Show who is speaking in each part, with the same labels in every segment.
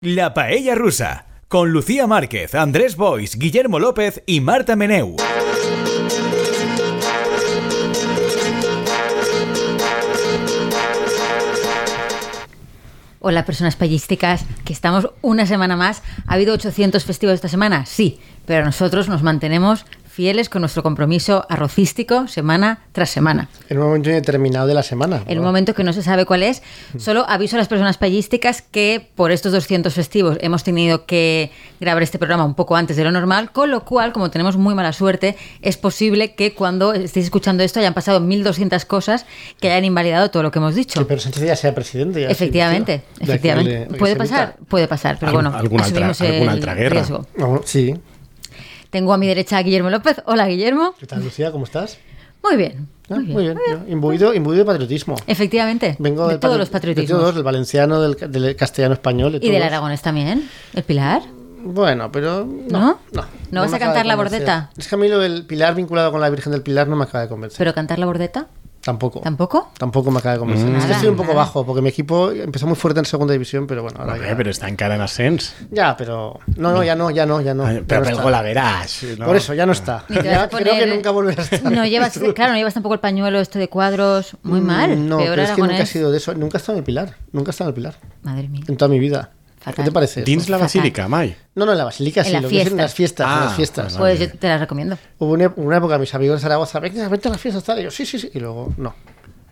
Speaker 1: La Paella Rusa, con Lucía Márquez, Andrés Bois, Guillermo López y Marta Meneu.
Speaker 2: Hola personas payísticas, que estamos una semana más. ¿Ha habido 800 festivos esta semana? Sí, pero nosotros nos mantenemos fieles con nuestro compromiso arrocístico semana tras semana.
Speaker 3: En un momento indeterminado de la semana.
Speaker 2: En
Speaker 3: ¿no?
Speaker 2: un momento que no se sabe cuál es, solo aviso a las personas payísticas que por estos 200 festivos hemos tenido que grabar este programa un poco antes de lo normal, con lo cual, como tenemos muy mala suerte, es posible que cuando estéis escuchando esto hayan pasado 1.200 cosas que hayan invalidado todo lo que hemos dicho.
Speaker 3: Que Pedro Sánchez ya sea presidente. ya
Speaker 2: Efectivamente,
Speaker 3: sí, tío. Ya
Speaker 2: efectivamente.
Speaker 3: que le- que
Speaker 2: puede
Speaker 3: se
Speaker 2: pasar,
Speaker 3: meta.
Speaker 2: puede pasar, pero
Speaker 4: Algún-
Speaker 2: bueno,
Speaker 4: alguna otra-
Speaker 2: asumimos el
Speaker 4: alguna otra guerra.
Speaker 2: riesgo.
Speaker 3: No, sí.
Speaker 2: Tengo a mi derecha a Guillermo López. Hola, Guillermo.
Speaker 3: ¿Qué tal, Lucía? ¿Cómo estás?
Speaker 2: Muy bien.
Speaker 3: Ah, muy bien. yo, Imbuido, imbuido de patriotismo.
Speaker 2: Efectivamente.
Speaker 3: Vengo
Speaker 2: de
Speaker 3: del
Speaker 2: todos
Speaker 3: patri-
Speaker 2: los
Speaker 3: De todos,
Speaker 2: patriotismos.
Speaker 3: del valenciano, del, ca- del castellano español. de
Speaker 2: y del
Speaker 3: todos.
Speaker 2: Aragones también. El Pilar.
Speaker 3: Bueno, pero. No.
Speaker 2: ¿No?
Speaker 3: ¿No?
Speaker 2: ¿No vas
Speaker 3: me
Speaker 2: a
Speaker 3: acaba
Speaker 2: cantar
Speaker 3: de
Speaker 2: la
Speaker 3: convencer.
Speaker 2: bordeta?
Speaker 3: Es que a mí lo del pilar vinculado con la Virgen del Pilar no me acaba de convencer.
Speaker 2: Pero cantar la bordeta.
Speaker 3: Tampoco.
Speaker 2: ¿Tampoco?
Speaker 3: Tampoco me acaba de convencer. es que
Speaker 2: Nada,
Speaker 3: estoy un poco
Speaker 2: nada.
Speaker 3: bajo, porque mi equipo empezó muy fuerte en segunda división, pero bueno, ahora
Speaker 4: Hombre,
Speaker 3: ya.
Speaker 4: pero está en cara en ascens.
Speaker 3: Ya, pero. No, no, ya no, ya no, ya no. ya
Speaker 4: Ay,
Speaker 3: no
Speaker 4: pero
Speaker 3: está.
Speaker 4: pelgo la verás. ¿no?
Speaker 3: Por eso, ya no está.
Speaker 2: Ni te vas
Speaker 3: Ya
Speaker 2: a
Speaker 3: Creo
Speaker 2: poner-
Speaker 3: que nunca volverá a estar.
Speaker 2: No llevas, claro, no llevas tampoco el pañuelo este de cuadros. Muy mal.
Speaker 3: Mm, No,
Speaker 2: Peor
Speaker 3: pero es que nunca ha
Speaker 2: Aragonés.
Speaker 3: sido de eso. Nunca he estado en el Pilar. Nunca he estado en el Pilar.
Speaker 2: Madre mía.
Speaker 3: En toda mi vida.
Speaker 2: Fatal.
Speaker 3: ¿Qué te parece? eso?
Speaker 4: Tins la
Speaker 2: Fatal.
Speaker 4: basílica, May.
Speaker 3: No, no, en la Basílica
Speaker 2: En
Speaker 3: sí.
Speaker 2: la
Speaker 3: lo que es en
Speaker 2: fiesta.
Speaker 3: las fiestas. en
Speaker 4: Ah,
Speaker 3: las fiestas.
Speaker 4: pues,
Speaker 2: Pues yo te la recomiendo.
Speaker 3: Hubo una, una época, mis amigos de Zaragoza, venga, vente a las fiestas, tal. Y yo, sí, sí, sí. Y luego, no.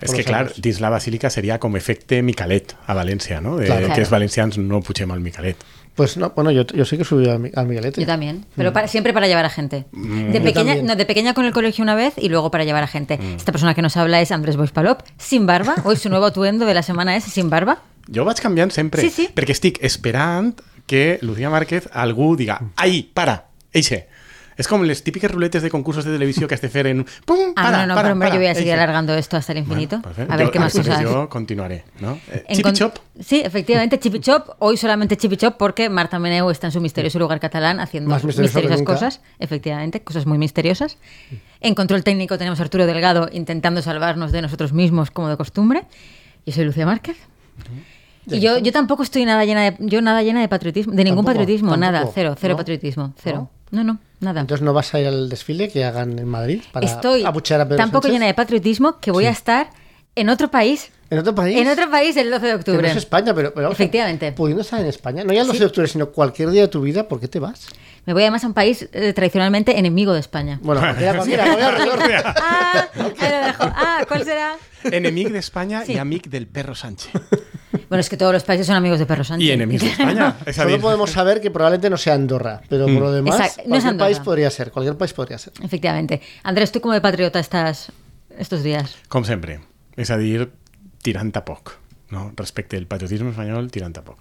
Speaker 4: És
Speaker 3: Por
Speaker 4: que,
Speaker 3: los
Speaker 4: clar,
Speaker 3: años.
Speaker 4: dins la basílica seria com efecte Micalet a València, no? De,
Speaker 3: Clar.
Speaker 4: que
Speaker 2: Clar.
Speaker 4: els valencians no pugem al Micalet.
Speaker 3: Pues no, bueno, yo, yo sí que subí al, Mi- al Miguelete.
Speaker 2: Yo también,
Speaker 4: Mm.
Speaker 2: pero para- siempre para llevar a gente. De pequeña,
Speaker 3: también.
Speaker 2: no, de pequeña con el colegio una vez y luego para llevar a gente.
Speaker 4: Mm.
Speaker 2: Esta persona que nos habla es Andrés Boispalop, sin barba. Hoy su nuevo atuendo de la semana es sin barba.
Speaker 4: Jo vaig canviant sempre,
Speaker 2: Sí, sí.
Speaker 4: perquè estic esperant que Lucía Márquez algú diga «Ai, para, eixe!» És com les típiques ruletes de concursos de televisió que has de fer en... Pum,
Speaker 2: Ah,
Speaker 4: para,
Speaker 2: no, no,
Speaker 4: para,
Speaker 2: pero hombre,
Speaker 4: para,
Speaker 2: yo voy a seguir
Speaker 4: eixe.
Speaker 2: alargando esto hasta el infinito.
Speaker 4: Bueno, pues, eh, perfecte.
Speaker 2: a ver
Speaker 4: Jo-
Speaker 2: qué más
Speaker 4: entonces
Speaker 2: cosas.
Speaker 4: Jo continuaré, no? Eh,
Speaker 2: Encon-
Speaker 4: Chipi-chop.
Speaker 2: Sí, efectivamente, Chip y Chop. Hoy solamente Chip y Chop porque Marta Meneu está en su misterioso lugar catalán haciendo
Speaker 3: Más misterioso que
Speaker 2: misteriosas
Speaker 3: nunca.
Speaker 2: cosas. Efectivamente, cosas muy misteriosas. En control técnico tenemos a Arturo Delgado intentando salvarnos de nosotros mismos como de costumbre. Yo soy Lucía Márquez. Y yo, yo tampoco estoy nada llena de, yo nada llena de patriotismo, de ningún
Speaker 3: Tampoco,
Speaker 2: patriotismo, nada,
Speaker 3: tampoco,
Speaker 2: cero, cero
Speaker 3: ¿no?
Speaker 2: patriotismo, cero. No, no, nada.
Speaker 3: Entonces no vas a ir al desfile que hagan en Madrid para
Speaker 2: estoy
Speaker 3: abuchear a Pedro
Speaker 2: tampoco
Speaker 3: Sánchez?
Speaker 2: llena de patriotismo que voy a estar en otro país
Speaker 3: ¿En otro país?
Speaker 2: en otro país el 12 de
Speaker 3: Que no
Speaker 2: octubre.
Speaker 3: es España, pero, pero vamos a-
Speaker 2: Efectivamente.
Speaker 3: Pudiendo estar en España, no ya el 12 de octubre, sino cualquier día de tu vida, ¿por qué te vas?
Speaker 2: Me voy además a un país eh, tradicionalmente enemigo de España.
Speaker 3: Bueno, cualquiera, cualquiera, cualquiera, alrededor.
Speaker 2: Ah, ahí lo dejo. Ah, ¿cuál será?
Speaker 4: Enemic d'Espanya
Speaker 2: Sí.
Speaker 4: i amic del perro Sánchez.
Speaker 2: Bueno, es que todos los países son amigos de Perro Sánchez.
Speaker 4: I enemics d'Espanya. És a dir,
Speaker 3: Solo podemos saber que probablemente no sea Andorra, pero
Speaker 4: Mm.
Speaker 3: por lo demás,
Speaker 2: Exacto, no es
Speaker 3: cualquier
Speaker 2: Andorra.
Speaker 3: país podría ser, cualquier país podría ser.
Speaker 2: Efectivamente. Andrés, ¿tú como de patriota estás estos días?
Speaker 4: Com sempre. És a dir, tirant a poc. No? Respecte al patriotisme espanyol, tirant a poc.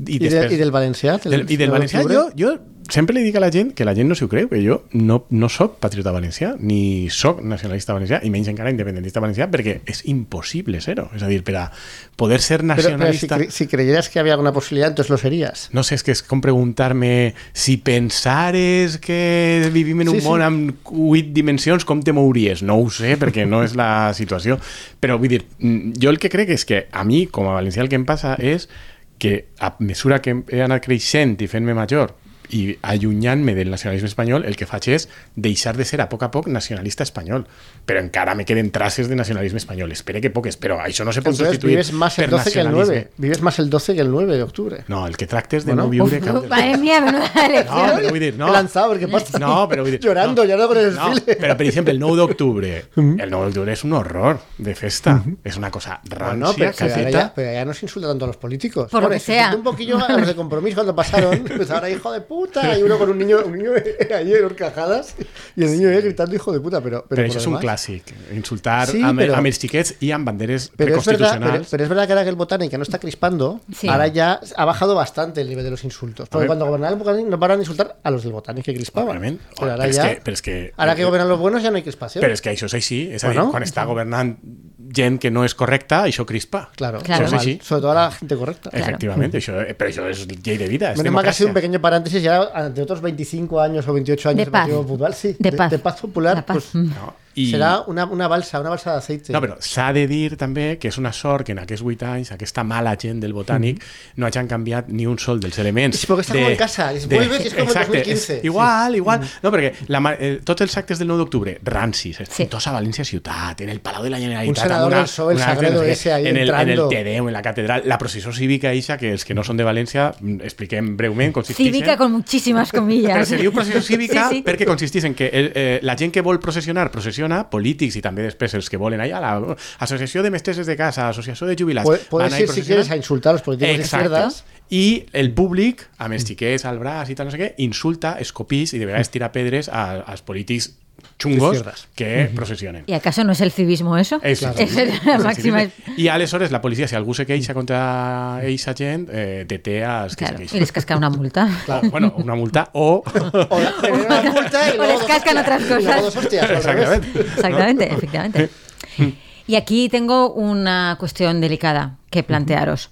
Speaker 4: I,
Speaker 3: de- i del valencià, del-
Speaker 4: Del, I
Speaker 3: de
Speaker 4: del valencià,
Speaker 3: l'octubre?
Speaker 4: jo, jo sempre li dic a la gent que la gent no s'ho creu, que jo no, no sóc patriota valencià, ni sóc nacionalista valencià, i menys encara independentista valencià, perquè és impossible ser-ho. És a dir, per a poder ser
Speaker 3: Pero, pero si,
Speaker 4: nacionalista...
Speaker 3: cre- si creyeras que había alguna posibilidad, entonces lo serías.
Speaker 4: No sé, és que és com preguntar-me si pensares que vivim en un
Speaker 3: Sí,
Speaker 4: sí,
Speaker 3: sí.
Speaker 4: món amb vuit dimensions, com te mouries? No ho sé, perquè no és la situació. Però vull dir, mm, jo el que crec és que a mi, com a valencià, el que em passa és que a mesura que he anat creixent i fent-me major i allunyant-me del nacionalisme espanyol, el que faig és deixar de ser a poc a poc nacionalista espanyol. Però encara me queden traces de nacionalisme espanyol. Espere que poques, però això no se pot
Speaker 3: Entonces
Speaker 4: substituir
Speaker 3: vives más el
Speaker 4: per
Speaker 3: 12 que el
Speaker 4: nacionalisme.
Speaker 3: 9. Vives más el 12 que el 9 de octubre.
Speaker 4: No, el que tractes de
Speaker 3: Bueno.
Speaker 4: no viure...
Speaker 2: Uf,
Speaker 4: cap
Speaker 2: no,
Speaker 4: dels
Speaker 2: madre mía, menuda
Speaker 4: no,
Speaker 2: elección.
Speaker 4: però vull dir, no.
Speaker 3: He lanzado, ¿qué pasa?
Speaker 4: No, però vull dir...
Speaker 3: Llorando, llorando con el desfile.
Speaker 4: però, per exemple, el 9 d'octubre. El 9 d'octubre és un horror de festa. És una cosa
Speaker 3: Bueno,
Speaker 4: rancia,
Speaker 3: pero, pero ahora
Speaker 4: cateta.
Speaker 3: ya, pero ya no se insulta tanto a los políticos.
Speaker 2: Por lo
Speaker 3: Bueno,
Speaker 2: que
Speaker 3: se insultó
Speaker 2: sea.
Speaker 3: un poquillo a los de compromiso cuando pasaron. Pues ahora, hijo de puta. Y uno con un niño, un niño ahí en horcajadas. Y el niño eh, gritando, hijo de puta. Pero, pero, por
Speaker 4: Però això
Speaker 3: lo
Speaker 4: és un
Speaker 3: demás-
Speaker 4: clàssic. Insultar
Speaker 3: Sí,
Speaker 4: amb,
Speaker 3: però-
Speaker 4: amb els xiquets i amb banderes
Speaker 3: Pero es, verdad, pero,
Speaker 4: preconstitucionals.
Speaker 3: pero es verdad que ahora que el Botánica no está crispando,
Speaker 2: Sí.
Speaker 3: ahora ya ha bajado bastante el nivel de los insultos. Porque
Speaker 4: ver.
Speaker 3: cuando gobernaban el Botánica no paran de insultar a los del Botánica que crispaban.
Speaker 4: Obviamente.
Speaker 3: Pero ahora
Speaker 4: Pero es
Speaker 3: ya.
Speaker 4: que- pero es que-
Speaker 3: ahora que gobernan los buenos ya no hay crispación.
Speaker 4: Però és que això és així. És a dir,
Speaker 3: Bueno.
Speaker 4: quan està governant gent que no és correcta, això crispa.
Speaker 3: Claro,
Speaker 2: Claro.
Speaker 3: normal.
Speaker 4: Sí, Eh, sí.
Speaker 3: sobre todo a la gente correcta.
Speaker 2: Claro.
Speaker 4: Efectivament, això, però això és llei de vida, és
Speaker 3: Menos mal que ha
Speaker 4: democràcia.
Speaker 3: sido un pequeño paréntesis, ya ante otros 25 años o 28 años
Speaker 2: De
Speaker 3: de
Speaker 2: paz.
Speaker 3: Partido Popular, sí,
Speaker 2: De paz.
Speaker 3: popular,
Speaker 2: La paz.
Speaker 3: pues
Speaker 2: Mm.
Speaker 4: No. I...
Speaker 3: Serà una, una balsa, una balsa d'aceite.
Speaker 4: No, però s'ha de dir també que és una sort que en aquests 8 anys aquesta mala gent del botànic no hagin canviat ni un sol dels elements.
Speaker 3: És Mm-hmm. perquè està com en casa, és- vuelves i és com el 2015.
Speaker 4: és igual, igual.
Speaker 3: Mm.
Speaker 4: No, perquè la, ma- eh, tots els actes del 9 d'octubre, rancis,
Speaker 2: Sí.
Speaker 4: sí. tots a València ciutat, en el Palau de la Generalitat,
Speaker 3: Un senador
Speaker 4: amb
Speaker 3: del PSOE, el
Speaker 4: un acte,
Speaker 3: Sagredo
Speaker 4: no sé què,
Speaker 3: ese ahí
Speaker 4: en el, en el
Speaker 3: entrando.
Speaker 4: Tedeu, en la catedral, la processó cívica eixa, que els que no són de València, mm, expliquem breument, consisteix en-
Speaker 2: Cívica con muchísimas comillas.
Speaker 4: però se diu processió cívica
Speaker 2: Sí, sí.
Speaker 4: perquè consisteix en que el, eh, la gent que vol processionar processiona, polítics i també després els que volen allà, la uh, Associació de Mestresses de Casa, Associació de Jubilats...
Speaker 3: Pu- Puedes
Speaker 4: van ahí
Speaker 3: ir, si
Speaker 4: processionant.
Speaker 3: quieres, a insultar a los políticos de
Speaker 4: Exacte.
Speaker 3: izquierdas.
Speaker 4: I el públic, amb estiquets al braç i tal, no sé què, insulta, escopís i de vegades tira pedres a- als polítics xungos
Speaker 3: D'izquierdas.
Speaker 4: que processionen.
Speaker 2: ¿Y acaso no es el civismo eso?
Speaker 4: És,
Speaker 3: Claro.
Speaker 2: Esa es la
Speaker 4: Sí,
Speaker 2: máxima.
Speaker 4: sí, sí. I aleshores la policia, si algú se queixa contra eixa gent, eh, deté als que
Speaker 2: Claro,
Speaker 4: se
Speaker 2: y
Speaker 4: queixen.
Speaker 2: les casca una multa.
Speaker 4: O, bueno, una multa o...
Speaker 3: O, la- tener una multa y
Speaker 2: O
Speaker 3: luego
Speaker 2: les
Speaker 3: dos
Speaker 2: cascan
Speaker 3: hostias.
Speaker 2: otras
Speaker 3: Y luego
Speaker 2: cosas.
Speaker 3: dos hostias, o al revés.
Speaker 4: Exactamente.
Speaker 2: Exactamente, efectivamente. Y aquí tengo una cuestión delicada que plantearos.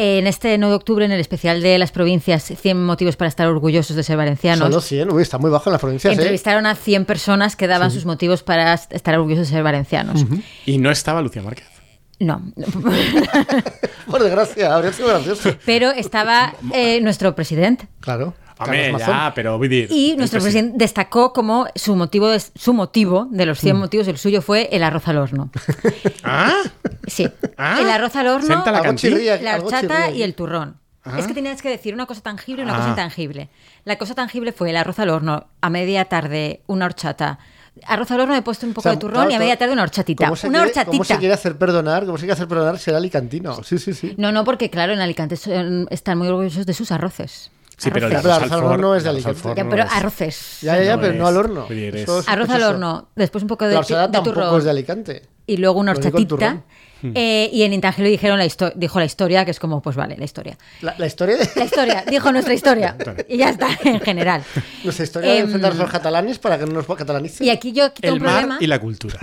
Speaker 2: En este 9 de octubre, en el especial de las provincias, 100 motivos para estar orgullosos de ser valencianos,
Speaker 3: Solo 100, uy, está muy bajo en las provincias, ¿eh?
Speaker 2: entrevistaron a 100 personas que daban sus motivos para estar orgullosos de ser valencianos.
Speaker 4: I no estava Lucía Márquez.
Speaker 2: No,
Speaker 3: Por desgracia, habría sido gracioso.
Speaker 2: pero estaba eh, nuestro presidente.
Speaker 3: Claro.
Speaker 4: Home,
Speaker 3: Carlos Mazón.
Speaker 4: ja, però vull dir...
Speaker 2: Y nuestro
Speaker 4: el
Speaker 2: presidente destacó como su motivo, de, su motivo de los
Speaker 4: Mm.
Speaker 2: 100 motivos, el suyo fue el arroz al horno.
Speaker 4: Ah!
Speaker 2: Sí,
Speaker 4: Ah.
Speaker 2: el arroz al horno,
Speaker 4: Senta la
Speaker 2: la,
Speaker 3: Algo
Speaker 4: cantina.
Speaker 3: chirría, algo
Speaker 2: horchata
Speaker 3: chirría.
Speaker 2: y el turrón.
Speaker 4: Ah.
Speaker 2: Es que tenías que decir una cosa tangible y una
Speaker 4: Ah.
Speaker 2: cosa intangible. La cosa tangible fue el arroz al horno, a media tarde una horchata. Arroz al horno he puesto un poco
Speaker 3: O sea,
Speaker 2: de turrón
Speaker 3: claro,
Speaker 2: y a
Speaker 3: todo-
Speaker 2: media tarde una horchatita.
Speaker 3: ¿Cómo
Speaker 2: Una
Speaker 3: se quiere- ¿Cómo se
Speaker 2: horchatita.
Speaker 3: quiere hacer perdonar? ¿Cómo se quiere hacer perdonar? Será alicantino. Sí, sí, sí.
Speaker 2: No, no, porque claro, en Alicante son- están muy orgullosos de sus arroces.
Speaker 4: Sí, pero el
Speaker 2: Arroces.
Speaker 3: Pero
Speaker 4: arroz al
Speaker 3: al horno
Speaker 4: forno
Speaker 3: es de
Speaker 4: el arroz al
Speaker 3: Alicante.
Speaker 4: forno
Speaker 2: Ya, pero
Speaker 4: es-
Speaker 2: arroces.
Speaker 3: Ya, ya, ya,
Speaker 4: No
Speaker 3: pero no al
Speaker 4: es-
Speaker 3: horno.
Speaker 4: Oye, eres-
Speaker 3: Eso es
Speaker 2: Arroz al
Speaker 3: sospechoso.
Speaker 2: horno, después un poco de,
Speaker 3: La horchata
Speaker 2: de
Speaker 3: tampoco
Speaker 2: turrón.
Speaker 3: es de Alicante.
Speaker 2: y luego una
Speaker 3: Lo digo en Hmm.
Speaker 2: horchatita. eh, y en intangible dijeron la histo- dijo la historia, que es como, pues vale, la historia.
Speaker 3: La, la historia de...
Speaker 2: La historia, dijo nuestra historia. Y ya está, en general.
Speaker 3: Nuestra historia de
Speaker 2: Em,
Speaker 3: enfrentar a los catalanes para que no nos catalanicen.
Speaker 2: Y aquí yo tengo
Speaker 4: El
Speaker 2: un
Speaker 4: mar
Speaker 2: problema
Speaker 4: y la cultura.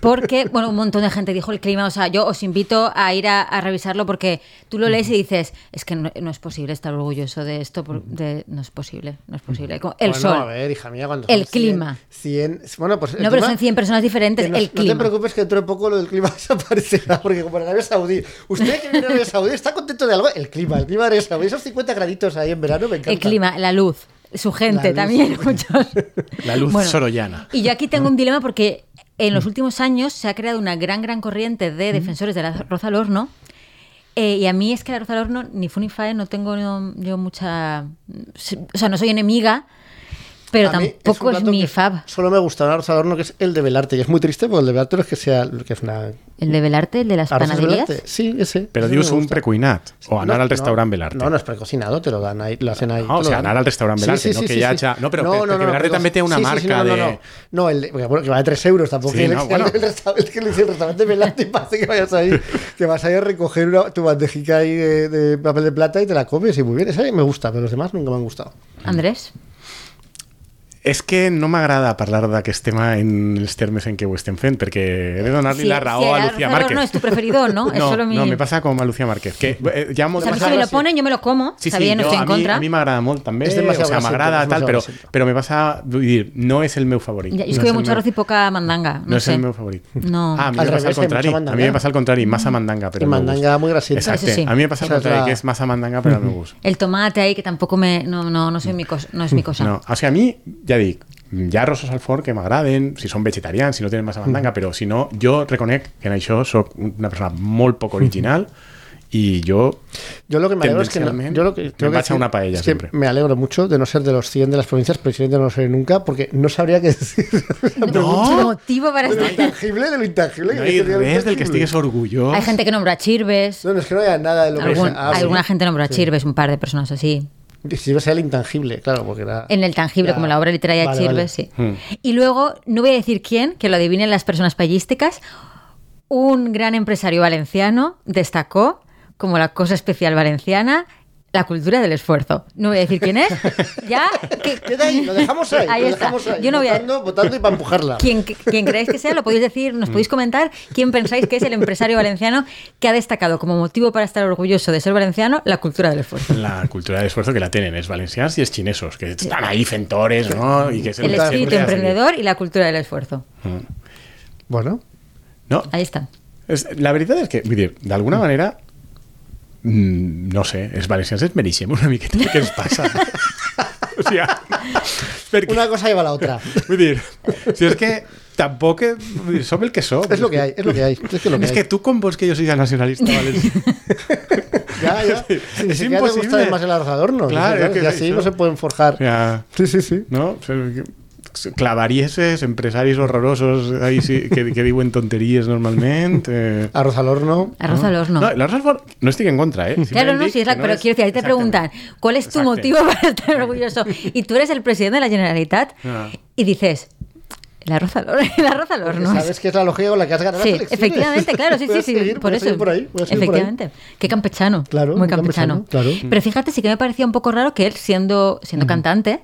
Speaker 2: porque, bueno, un montón de gente dijo el clima. O sea, yo os invito a ir a, a revisarlo porque tú lo lees y dices, es que no, no es posible estar orgulloso de esto, por- de, no es posible, no es posible. Como El
Speaker 3: Bueno, A
Speaker 2: sol.
Speaker 3: ver, hija mía, cuando
Speaker 2: El
Speaker 3: son 100,
Speaker 2: clima.
Speaker 3: 100, bueno, pues
Speaker 2: No, pero son 100 personas diferentes.
Speaker 3: no,
Speaker 2: El
Speaker 3: No te
Speaker 2: clima.
Speaker 3: preocupes que dentro de poco lo del clima desaparecerá, porque como en Arabia Saudí, usted que viene a Arabia Saudí está contento de algo, el clima, el clima de Arabia Saudí, esos 50 graditos ahí en verano me encanta.
Speaker 2: El clima, la luz, su gente
Speaker 3: luz.
Speaker 2: también, muchos.
Speaker 4: La luz sorollana.
Speaker 2: Y yo aquí tengo un dilema porque en
Speaker 3: Mm.
Speaker 2: los últimos años se ha creado una gran, gran corriente de defensores de la roza al horno. eh, y a mí es que la roza al horno, ni fun ni fae, no tengo yo, yo mucha. O sea, no soy enemiga, pero
Speaker 3: A mí
Speaker 2: tampoco
Speaker 3: un
Speaker 2: es,
Speaker 3: plato
Speaker 2: mi
Speaker 3: que
Speaker 2: fab.
Speaker 3: Solo me gusta un arroz al horno que es el de velarte, que es muy triste porque el de velarte no es que sea, que es una...
Speaker 2: El de velarte, el de las
Speaker 3: arroz al
Speaker 2: panaderías.
Speaker 3: velarte. Sí, ese.
Speaker 4: Pero
Speaker 3: ese
Speaker 4: dius
Speaker 3: me
Speaker 4: un
Speaker 3: gusta.
Speaker 4: precuinat o anar al restaurant Velarte.
Speaker 3: No, no es precocinado, te lo dan ahí, lo hacen ahí.
Speaker 4: Ah, o
Speaker 3: te lo
Speaker 4: sea,
Speaker 3: dan.
Speaker 4: anar al restaurant Velarde, no que ya hacha- no, pero porque Velarde
Speaker 3: precoci-
Speaker 4: también tiene una marca
Speaker 3: no, no,
Speaker 4: de-
Speaker 3: no. No, el de- porque, bueno, que vale 3 euros, tampoco
Speaker 4: Sí,
Speaker 3: el,
Speaker 4: no, bueno.
Speaker 3: el, resta- el que le dice el restaurante Velarde y pase que vayas ahí, que vas ahí a recoger una- tu bandejica ahí de, de papel de plata y te la comes y muy bien. Esa me gusta, pero los demás nunca me han gustado.
Speaker 2: Andrés.
Speaker 4: És que no m'agrada parlar d'aquest tema en els termes en què ho estem fent, perquè he de donar-li
Speaker 2: Si-
Speaker 4: la raó
Speaker 2: si el
Speaker 4: a
Speaker 2: arroz
Speaker 4: Lucía
Speaker 2: al
Speaker 4: Márquez.
Speaker 2: horno es tu preferido, ¿no? Es
Speaker 4: no,
Speaker 2: solo mi-
Speaker 4: no, me passa com a Lucía Márquez, que eh, ja
Speaker 2: O
Speaker 4: molt
Speaker 2: sea, a
Speaker 4: de
Speaker 2: mí si
Speaker 4: passada-
Speaker 2: me lo
Speaker 3: así.
Speaker 2: ponen, yo me lo como.
Speaker 4: Sí,
Speaker 2: está
Speaker 4: sí,
Speaker 2: bien, no
Speaker 4: jo,
Speaker 2: estoy
Speaker 4: a,
Speaker 2: en
Speaker 4: mi,
Speaker 2: contra.
Speaker 4: a mi m'agrada molt també,
Speaker 3: És
Speaker 4: o
Speaker 3: demasiado
Speaker 4: sea,
Speaker 3: grasito,
Speaker 4: m'agrada
Speaker 3: és
Speaker 4: tal, però,
Speaker 3: demasiado grasito.
Speaker 4: però me passa, vull dir, no és el meu favorit.
Speaker 2: Ya, yo es
Speaker 4: No
Speaker 2: que veo
Speaker 4: el
Speaker 2: mucho
Speaker 4: meu-
Speaker 2: arroz y poca mandanga. No,
Speaker 4: No és
Speaker 2: sé.
Speaker 4: el meu favorit.
Speaker 2: No. Mm.
Speaker 4: Ah, a mi
Speaker 3: Al
Speaker 4: me
Speaker 3: revés,
Speaker 4: pasa al
Speaker 3: hay
Speaker 4: contrari.
Speaker 3: mucha
Speaker 4: A mí
Speaker 3: mandanga.
Speaker 4: me pasa al contrario. Masa mandanga, pero
Speaker 3: Y
Speaker 4: no me
Speaker 3: mandanga
Speaker 4: gusta.
Speaker 3: muy grasienta.
Speaker 4: Exacto.
Speaker 2: Eso sí.
Speaker 4: A mí me pasa al
Speaker 3: Esa es
Speaker 4: contrario,
Speaker 3: la-
Speaker 4: que es masa mandanga, pero no me gusta.
Speaker 2: El tomate ahí que tampoco me no no no soy mi cosa, no es mi cosa.
Speaker 4: No, o sea, a mí, ya dic, hi ha arrossos al forn que m'agraden, si són vegetarians, si no tenen massa
Speaker 3: Mm.
Speaker 4: mandanga, però si no, jo reconec que en això sóc una persona molt poc original i jo...
Speaker 3: Yo lo que me alegro es que. no-
Speaker 4: Tendencialmente,
Speaker 3: yo lo que,
Speaker 4: me
Speaker 3: tengo que
Speaker 4: pacha
Speaker 3: decir
Speaker 4: una paella
Speaker 3: es que
Speaker 4: siempre.
Speaker 3: Me alegro mucho de no ser de los 100 de las provincias, presidente no lo seré nunca, porque no sabría qué decir.
Speaker 2: Mucho motivo para
Speaker 3: De lo
Speaker 2: estar.
Speaker 3: intangible, de lo intangible.
Speaker 4: No
Speaker 3: que
Speaker 4: hi
Speaker 3: sería lo
Speaker 4: res del que
Speaker 3: intangible.
Speaker 4: estigues orgullós.
Speaker 2: Hay gente que nombra a Chirves.
Speaker 3: No, no, es que no haya nada de lo que
Speaker 2: algún-
Speaker 3: sea. Ah, sí.
Speaker 2: alguna gente nombra a Chirves, un par de personas así.
Speaker 3: Si ves el intangible, claro, porque era.
Speaker 2: En el tangible,
Speaker 3: Ya.
Speaker 2: como la obra literaria
Speaker 3: Vale,
Speaker 2: de Chirves, sí. Y luego, no voy a decir quién, que lo adivinen las personas payísticas, un gran empresario valenciano destacó como la cosa especial valenciana la cultura del esfuerzo. No voy a decir quién es, ya que...
Speaker 3: Queda ahí, lo dejamos ahí.
Speaker 2: Ahí
Speaker 3: lo
Speaker 2: está.
Speaker 3: dejamos ahí,
Speaker 2: Yo no voy a-
Speaker 3: votando, votando y para empujarla.
Speaker 2: Quien, quien creáis que sea, lo podéis decir, nos podéis comentar quién pensáis que es el empresario valenciano que ha destacado como motivo para estar orgulloso de ser valenciano la cultura del esfuerzo.
Speaker 4: La cultura de esfuerzo que la tienen es valencians y es chinesos, que están ahí fentores, ¿no? Y que se
Speaker 2: El
Speaker 4: les-
Speaker 2: espíritu
Speaker 4: siempre hacen-
Speaker 2: emprendedor y la cultura del esfuerzo.
Speaker 3: Bueno,
Speaker 4: No,
Speaker 2: Ahí está.
Speaker 4: és, la veritat és que, vull dir, d'alguna manera, mm, no sé, els valencians ens mereixem una miqueta el que ens passa. o sigui, perquè,
Speaker 3: una cosa lleva a la otra.
Speaker 4: vull dir, si és que tampoc eh, vull dir, som el que som.
Speaker 3: Es lo que hay, es lo que hay. Es que lo que
Speaker 4: és
Speaker 3: hay.
Speaker 4: que tu com vols que jo siga nacionalista valencià?
Speaker 3: Ya, ya. Si ni siquiera
Speaker 4: Es
Speaker 3: te
Speaker 4: imposible.
Speaker 3: gusta además el adornos.
Speaker 4: Claro,
Speaker 3: Claro,
Speaker 4: es que
Speaker 3: y así
Speaker 4: eso-
Speaker 3: no se pueden forjar.
Speaker 4: O sea,
Speaker 3: Sí, sí, sí.
Speaker 4: ¿no? O sea, que- Clavarieses, empresarios horrorosos ahí sí, que, que diuen tonteries normalment. Eh,
Speaker 3: Arroz al horno.
Speaker 2: Arroz al horno.
Speaker 4: No, l'arròs al forn, no estic en contra, eh?
Speaker 2: Claro,
Speaker 4: Simplement
Speaker 2: no,
Speaker 4: dic
Speaker 2: sí, es la,
Speaker 4: que no
Speaker 2: pero quiero decir, ahí te
Speaker 4: Exactament.
Speaker 2: preguntan, ¿cuál es tu
Speaker 4: Exacte.
Speaker 2: motivo para estar orgulloso? Y tú eres el presidente de la Generalitat
Speaker 4: Ah.
Speaker 2: y dices, el arroz al horno. El arroz al horno.
Speaker 3: Sabes que es la lógica con la que has ganado
Speaker 2: Sí,
Speaker 3: las elecciones.
Speaker 2: efectivamente, claro, sí,
Speaker 3: Voy
Speaker 2: sí,
Speaker 3: a
Speaker 2: sí,
Speaker 3: seguir,
Speaker 2: por
Speaker 3: voy a
Speaker 2: eso.
Speaker 3: seguir por ahí, voy a seguir por ahí.
Speaker 2: efectivamente. Qué campechano.
Speaker 3: Claro,
Speaker 2: muy
Speaker 3: muy
Speaker 2: campechano.
Speaker 3: campechano, claro.
Speaker 2: Pero fíjate, sí que me parecía un poco raro que él, siendo, siendo cantante,